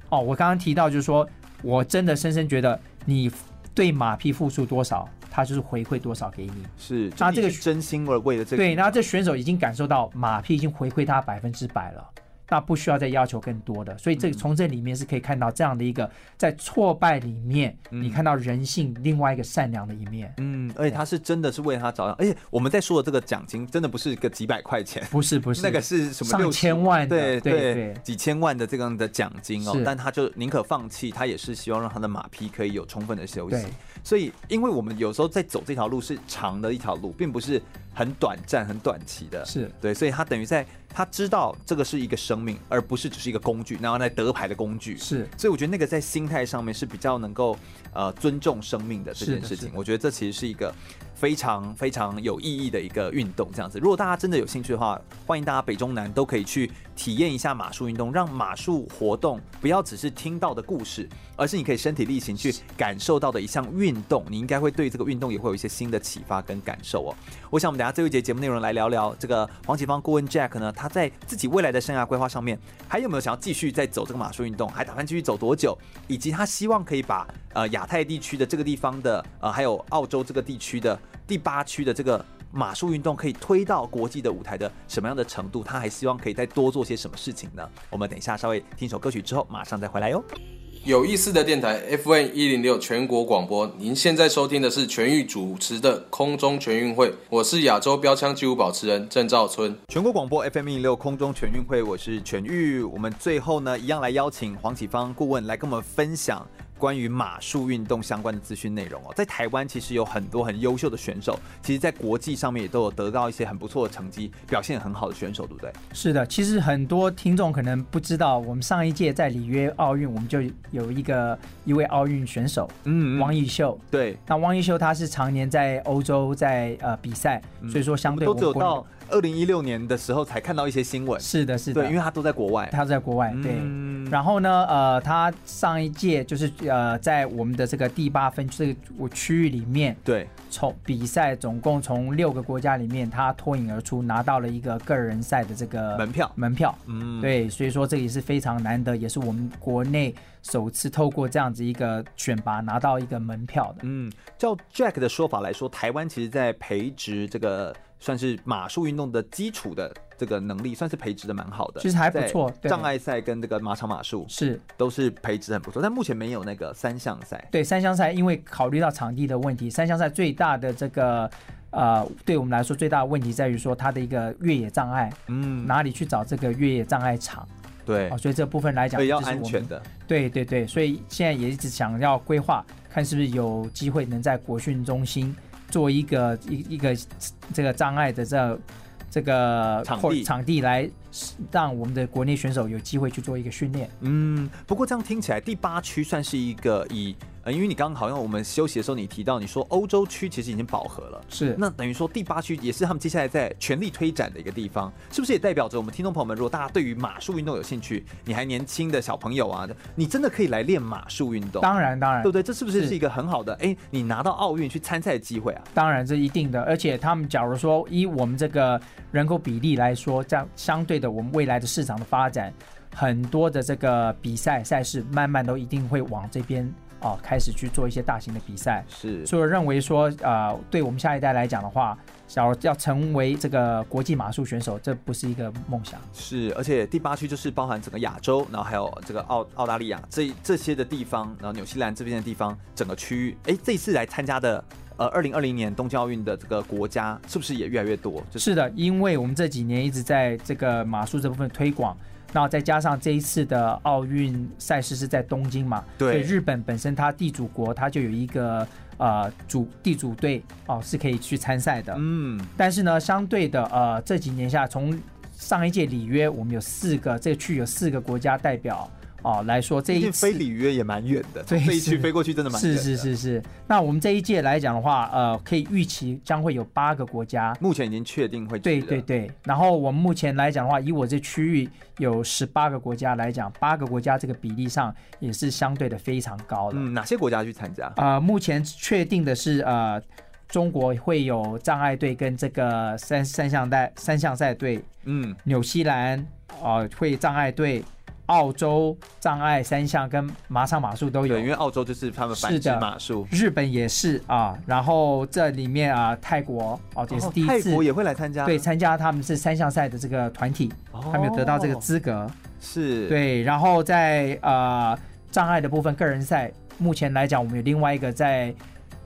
哦，我刚刚提到就是说，我真的深深觉得你对马匹付出多少，他就是回馈多少给你。是，那就这个你是真心而为的这个对，然后这选手已经感受到马匹已经回馈他百分之百了，那不需要再要求更多的。所以嗯这个从这里面是可以看到这样的一个在挫败里面，你看到人性另外一个善良的一面。嗯，而且他是真的是为他着想，而且我们在说的这个奖金真的不是个几百块钱，不是不是，那个是什么上六千万的对对对对，几千万的这样的奖金哦是，但他就宁可放弃，他也是希望让他的马匹可以有充分的休息对。所以，因为我们有时候在走这条路是长的一条路，并不是很短暂、很短期的，是对，所以他等于在他知道这个是一个生命，而不是只是一个工具，然后来得牌的工具。是所以我觉得那个在心态上面是比较能够呃尊重生命的这是件的事是情的，我觉得这其实是一个非常非常有意义的一个运动。这样子，如果大家真的有兴趣的话，欢迎大家北中南都可以去体验一下马术运动，让马术活动不要只是听到的故事，而是你可以身体力行去感受到的一项运动，你应该会对这个运动也会有一些新的启发跟感受哦。我想我们等一下最后一节节目内容来聊聊这个黄启芳顾问 Jack 呢，他在自己未来的生涯规划上面，还有没有想要继续再走这个马术运动，还打算继续走多久，以及他希望可以把呃亚太地区的这个地方的呃，还有澳洲这个地区的第八区的这个。马术运动可以推到国际的舞台的什么样的程度？他还希望可以再多做些什么事情呢？我们等一下稍微听一首歌曲之后，马上再回来哟。有意思的电台 FN 一零六全国广播，您现在收听的是全域主持的空中全运会，我是亚洲标枪纪录保持人郑兆春。全国广播 FM 一六空中全运会，我是全玉。我们最后呢，一样来邀请黄启芳顾问来跟我们分享关于马术运动相关的资讯内容哦。在台湾其实有很多很优秀的选手，其实在国际上面也都有得到一些很不错的成绩，表现很好的选手，对不对？是的，其实很多听众可能不知道，我们上一届在里约奥运，我们就有一个一位奥运选手嗯王艺秀。对，那汪一修他是常年在欧洲在呃比赛，所以说相对嗯都只有我们国内到二零一六年的时候才看到一些新闻，是的是的，对，因为他都在国外。他在国外对。嗯然后呢，呃，他上一届就是呃，在我们的这个第八分这个我区域里面，对，从比赛总共从六个国家里面，他脱颖而出，拿到了一个个人赛的这个门票门票。嗯，对，所以说这也是非常难得，也是我们国内首次透过这样子一个选拔拿到一个门票的。嗯，照 Jack 的说法来说，台湾其实在培植这个算是马术运动的基础的这个能力，算是培植的蛮好的，其实还不错在对障碍赛跟这个马场马术是都是培植得很不错，但目前没有那个三项赛。对三项赛，因为考虑到场地的问题，三项赛最大的这个呃，对我们来说最大的问题在于说它的一个越野障碍，嗯，哪里去找这个越野障碍场对啊？，所以这部分来讲，所以要这是我安们全。的。对对对，所以现在也一直想要规划，看是不是有机会能在国训中心做一个一一个这个障碍的这这个场地或场地来让我们的国内选手有机会去做一个训练。嗯，不过这样听起来，第八区算是一个以，呃，因为你刚刚好像我们休息的时候，你提到你说欧洲区其实已经饱和了，是那等于说第八区也是他们接下来在全力推展的一个地方，是不是也代表着我们听众朋友们，如果大家对于马术运动有兴趣，你还年轻的小朋友啊，你真的可以来练马术运动，当然当然对不，对？这是不是是是一个很好的？哎，你拿到奥运去参赛的机会啊？当然，这一定的。而且他们假如说以我们这个人口比例来说，这样相对的，我们未来的市场的发展，很多的这个比赛赛事，慢慢都一定会往这边哦、开始去做一些大型的比赛。是，所以我认为说，呃，对我们下一代来讲的话，假如要成为这个国际马术选手，这不是一个梦想。是，而且第八区就是包含整个亚洲，然后还有这个澳澳大利亚这这些的地方，然后纽西兰这边的地方，整个区域，哎，这一次来参加的，呃，二零二零年东京奥运的这个国家，是不是也越来越多？就是是的，因为我们这几年一直在这个马术这部分推广，然后再加上这一次的奥运赛事是在东京嘛，对所以日本本身它地主国它就有一个呃主地主队哦是可以去参赛的，嗯，但是呢，相对的呃这几年下从上一届里约我们有四个这个区有四个国家代表哦来说这毕一竟次飞里约也蛮远的，从对这一是区飞过去真的蛮远是的。是，是是，那我们这一届来讲的话，呃，可以预期将会有八个国家目前已经确定会去对了对对，然后我们目前来讲的话，以我这区域有十八个国家来讲，八个国家这个比例上也是相对的非常高的。嗯，哪些国家去参加？呃，目前确定的是，呃，中国会有障碍队跟这个三三项赛三项赛队，嗯，纽西兰呃会障碍队，澳洲障碍三项跟马场马术都有对，因。为澳洲就是他们是繁殖的马术，日本也是啊，然后这里面啊，泰国哦也是哦第一泰次、国也会来参加，对，参加他们是三项赛的这个团体，哦他们有得到这个资格。是，，对，然后在呃障碍的部分个人赛，目前来讲，我们有另外一个在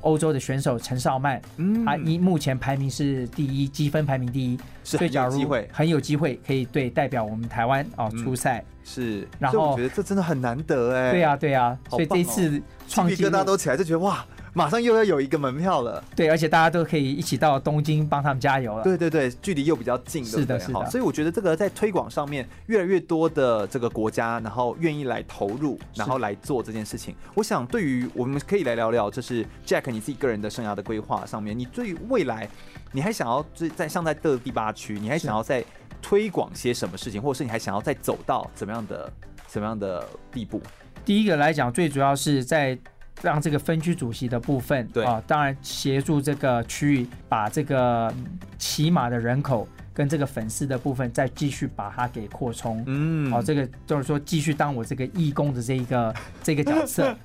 欧洲的选手陈少曼，嗯他一目前排名是第一，积分排名第一，是所以很假有如机会，嗯很有机会可以对代表我们台湾哦出赛。是，然所以我后觉得这真的很难得哎，对，啊，对啊，好哦所以这一次鸡创皮纪疙录瘩，都起来，就觉得哇，马上又要有一个门票了。对，而且大家都可以一起到东京帮他们加油了。对对对，距离又比较近，对不是的对是的好所以我觉得这个在推广上面，越来越多的这个国家，然后愿意来投入，然后来做这件事情。我想，对于我们可以来聊聊，就是 Jack 你自己个人的生涯的规划上面，你对于未来，你还想要在在像在各第八区，你还想要在推广些什么事情，或者是你还想要再走到怎么样的怎么样的地步？第一个来讲，最主要是在让这个分区主席的部分，对啊，当然协助这个区域把这个骑马的人口跟这个粉丝的部分再继续把它给扩充。嗯，哦，这个就是说继续当我这个义工的这一个这个 角色，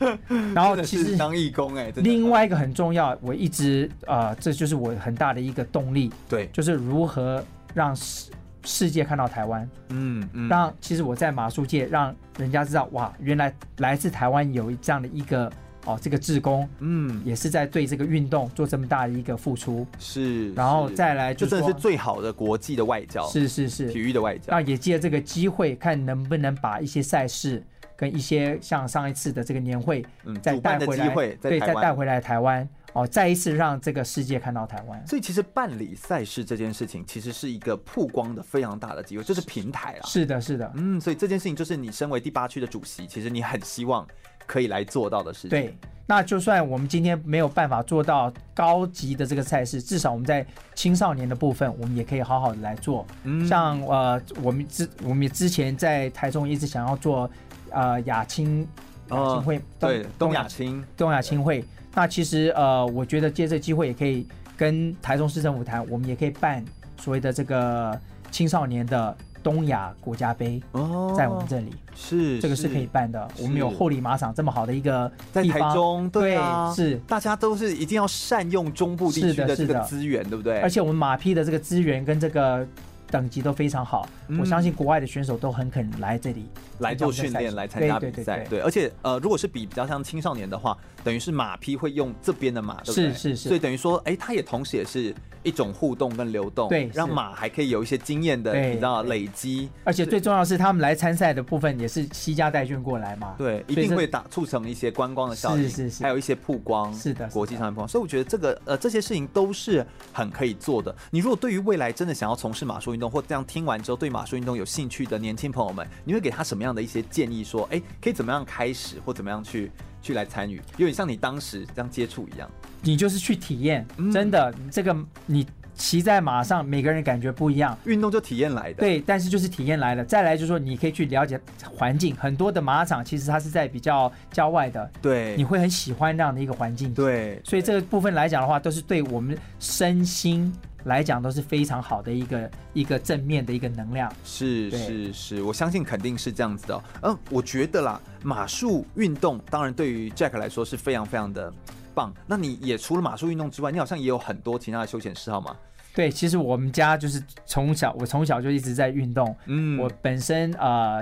然后真的其是实当义工哎、真的另外一个很重要，我一直啊、呃这就是我很大的一个动力，对，就是如何让世世界看到台湾。嗯嗯，让其实我在马术界让人家知道，哇，原来来自台湾有这样的一个哦，这个志工嗯也是在对这个运动做这么大的一个付出，是，然后是再来这就真的说是最好的国际的外交，是是是哦体育的外交那。也借这个机会看能不能把一些赛事跟一些像上一次的这个年会嗯，再主带办的回机来，会在对，台再带湾。回来台湾哦，再一次让这个世界看到台湾。所以其实办理赛事这件事情，其实是一个曝光的非常大的机会，就是平台啊。是的，是的，嗯，所以这件事情就是你身为第八区的主席，其实你很希望可以来做到的事情。对，，那就算我们今天没有办法做到高级的这个赛事，至少我们在青少年的部分，我们也可以好好的来做。嗯像呃，我们之我们之前在台中一直想要做呃亚青亚青会，哦对东亚亚青东亚青会。那其实呃，我觉得借这个机会也可以跟台中市政府谈，我们也可以办所谓的这个青少年的东亚国家杯，哦，在我们这里。是这个是可以，办的。我们有是后里马场这么好的一个在地台方，中对对啊，是大家都是一定要善用中部地是区的的这是个的资源，对不对？而且我们马匹的这个资源跟这个等级都非常好，嗯我相信国外的选手都很肯来这里来做训练，来参加比对赛，对对，对而且呃，如果是比比较像青少年的话，等于是马匹会用这边的马，对不对？是是是所以等于说，哎，它也同时也是一种互动跟流动，对让是马还可以有一些经验的，对你知道累积，而且最重要的是，他们来参赛的部分也是西家带眷过来嘛。对，一所以定这会打促成一些观光的效应，是是是还有一些曝光，是的是的国际上的曝光。所以我觉得这个呃这些事情都是很可以做的。你如果对于未来真的想要从事马术运动，或这样听完之后对马术运动有兴趣的年轻朋友们，你会给他什么样的一些建议？说，哎，可以怎么样开始，或怎么样去去来参与？有点像你当时这样接触一样。你就是去体验，嗯真的，这个你骑在马上，每个人感觉不一样。运动就体验来的，，对，但是就是体验来了，再来就是说你可以去了解环境，很多的马场其实它是在比较郊外的，对，你会很喜欢那样的一个环境。对，所以这个部分来讲的话，都是对我们身心来讲都是非常好的一个一个正面的一个能量。是对是是，我相信肯定是这样子的哦、嗯，我觉得啦，马术运动当然对于 Jack 来说是非常非常的棒。那你也除了马术运动之外，你好像也有很多其他的休闲嗜好嘛？对，其实我们家就是从小我从小就一直在运动，嗯，我本身呃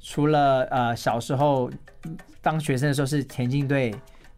除了呃小时候嗯当学生的时候是田径队，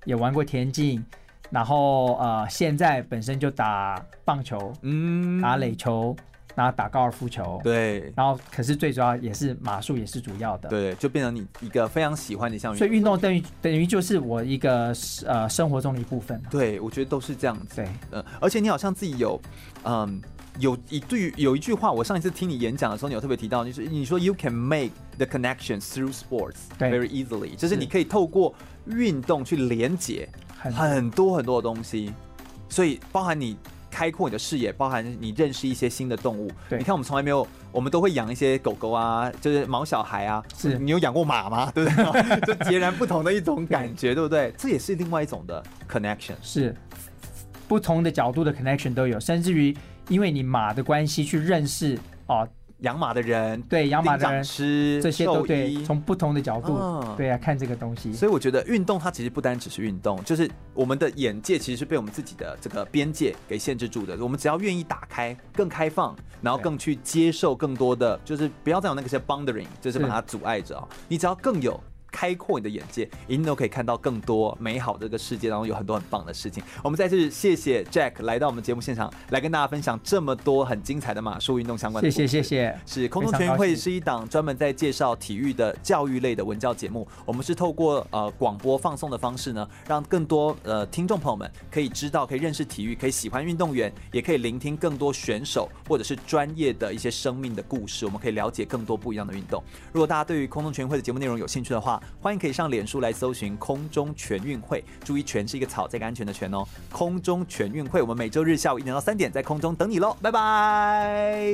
也玩过田径，然后呃现在本身就打棒球、嗯打垒球，然后打高尔夫球，对然后可是最主要也是马术也是主要的。对，就变成你一个非常喜欢的一项运所动。以运动等于等于就是我一个呃生活中的一部分嘛。啊对，我觉得都是这样子。对，嗯，而且你好像自己有，嗯，有一对有一句话，我上一次听你演讲的时候，你有特别提到，就是你说 you can make the connections through sports 对 very easily，就是是你可以透过运动去连接很很多很多的东西，所以包含你。开阔你的视野，包含你认识一些新的动物。对你看我们从来没有，我们都会养一些狗狗啊，就是毛小孩啊。是你有养过马吗？ 对不对？就截然不同的一种感觉，对不对？这也是另外一种的 connection。是不同的角度的 connection 都有，甚至于因为你马的关系去认识哦养马的人，对养马的人丁长师这些都兽对医，从不同的角度、嗯对啊看这个东西。所以我觉得运动它其实不单只是运动，就是我们的眼界其实是被我们自己的这个边界给限制住的。我们只要愿意打开、更开放，然后对更去接受更多的，就是不要再有那个些 boundary，就是把是它阻碍着哦。你只要更有。开阔你的眼界，一定都可以看到更多美好的这个世界当中有很多很棒的事情。我们再次谢谢 Jack 来到我们节目现场，来跟大家分享这么多很精彩的马术运动相关的谢故事。谢谢谢，是空非中常全运高会兴是一档专门在介绍体育的教育类的文教节目。我们是透过呃广播放送的方式呢，让更多呃听众朋友们可以知道、可以认识体育、可以喜欢运动员，也可以聆听更多选手或者是专业的一些生命的故事。我们可以了解更多不一样的运动。如果大家对于空中全运会的节目内容有兴趣的话，欢迎可以上脸书来搜寻“空中全运会”，注意“全”是一个草，这个安全的“全”哦。空中全运会，我们每周日下午一点到三点在空中等你喽，拜拜。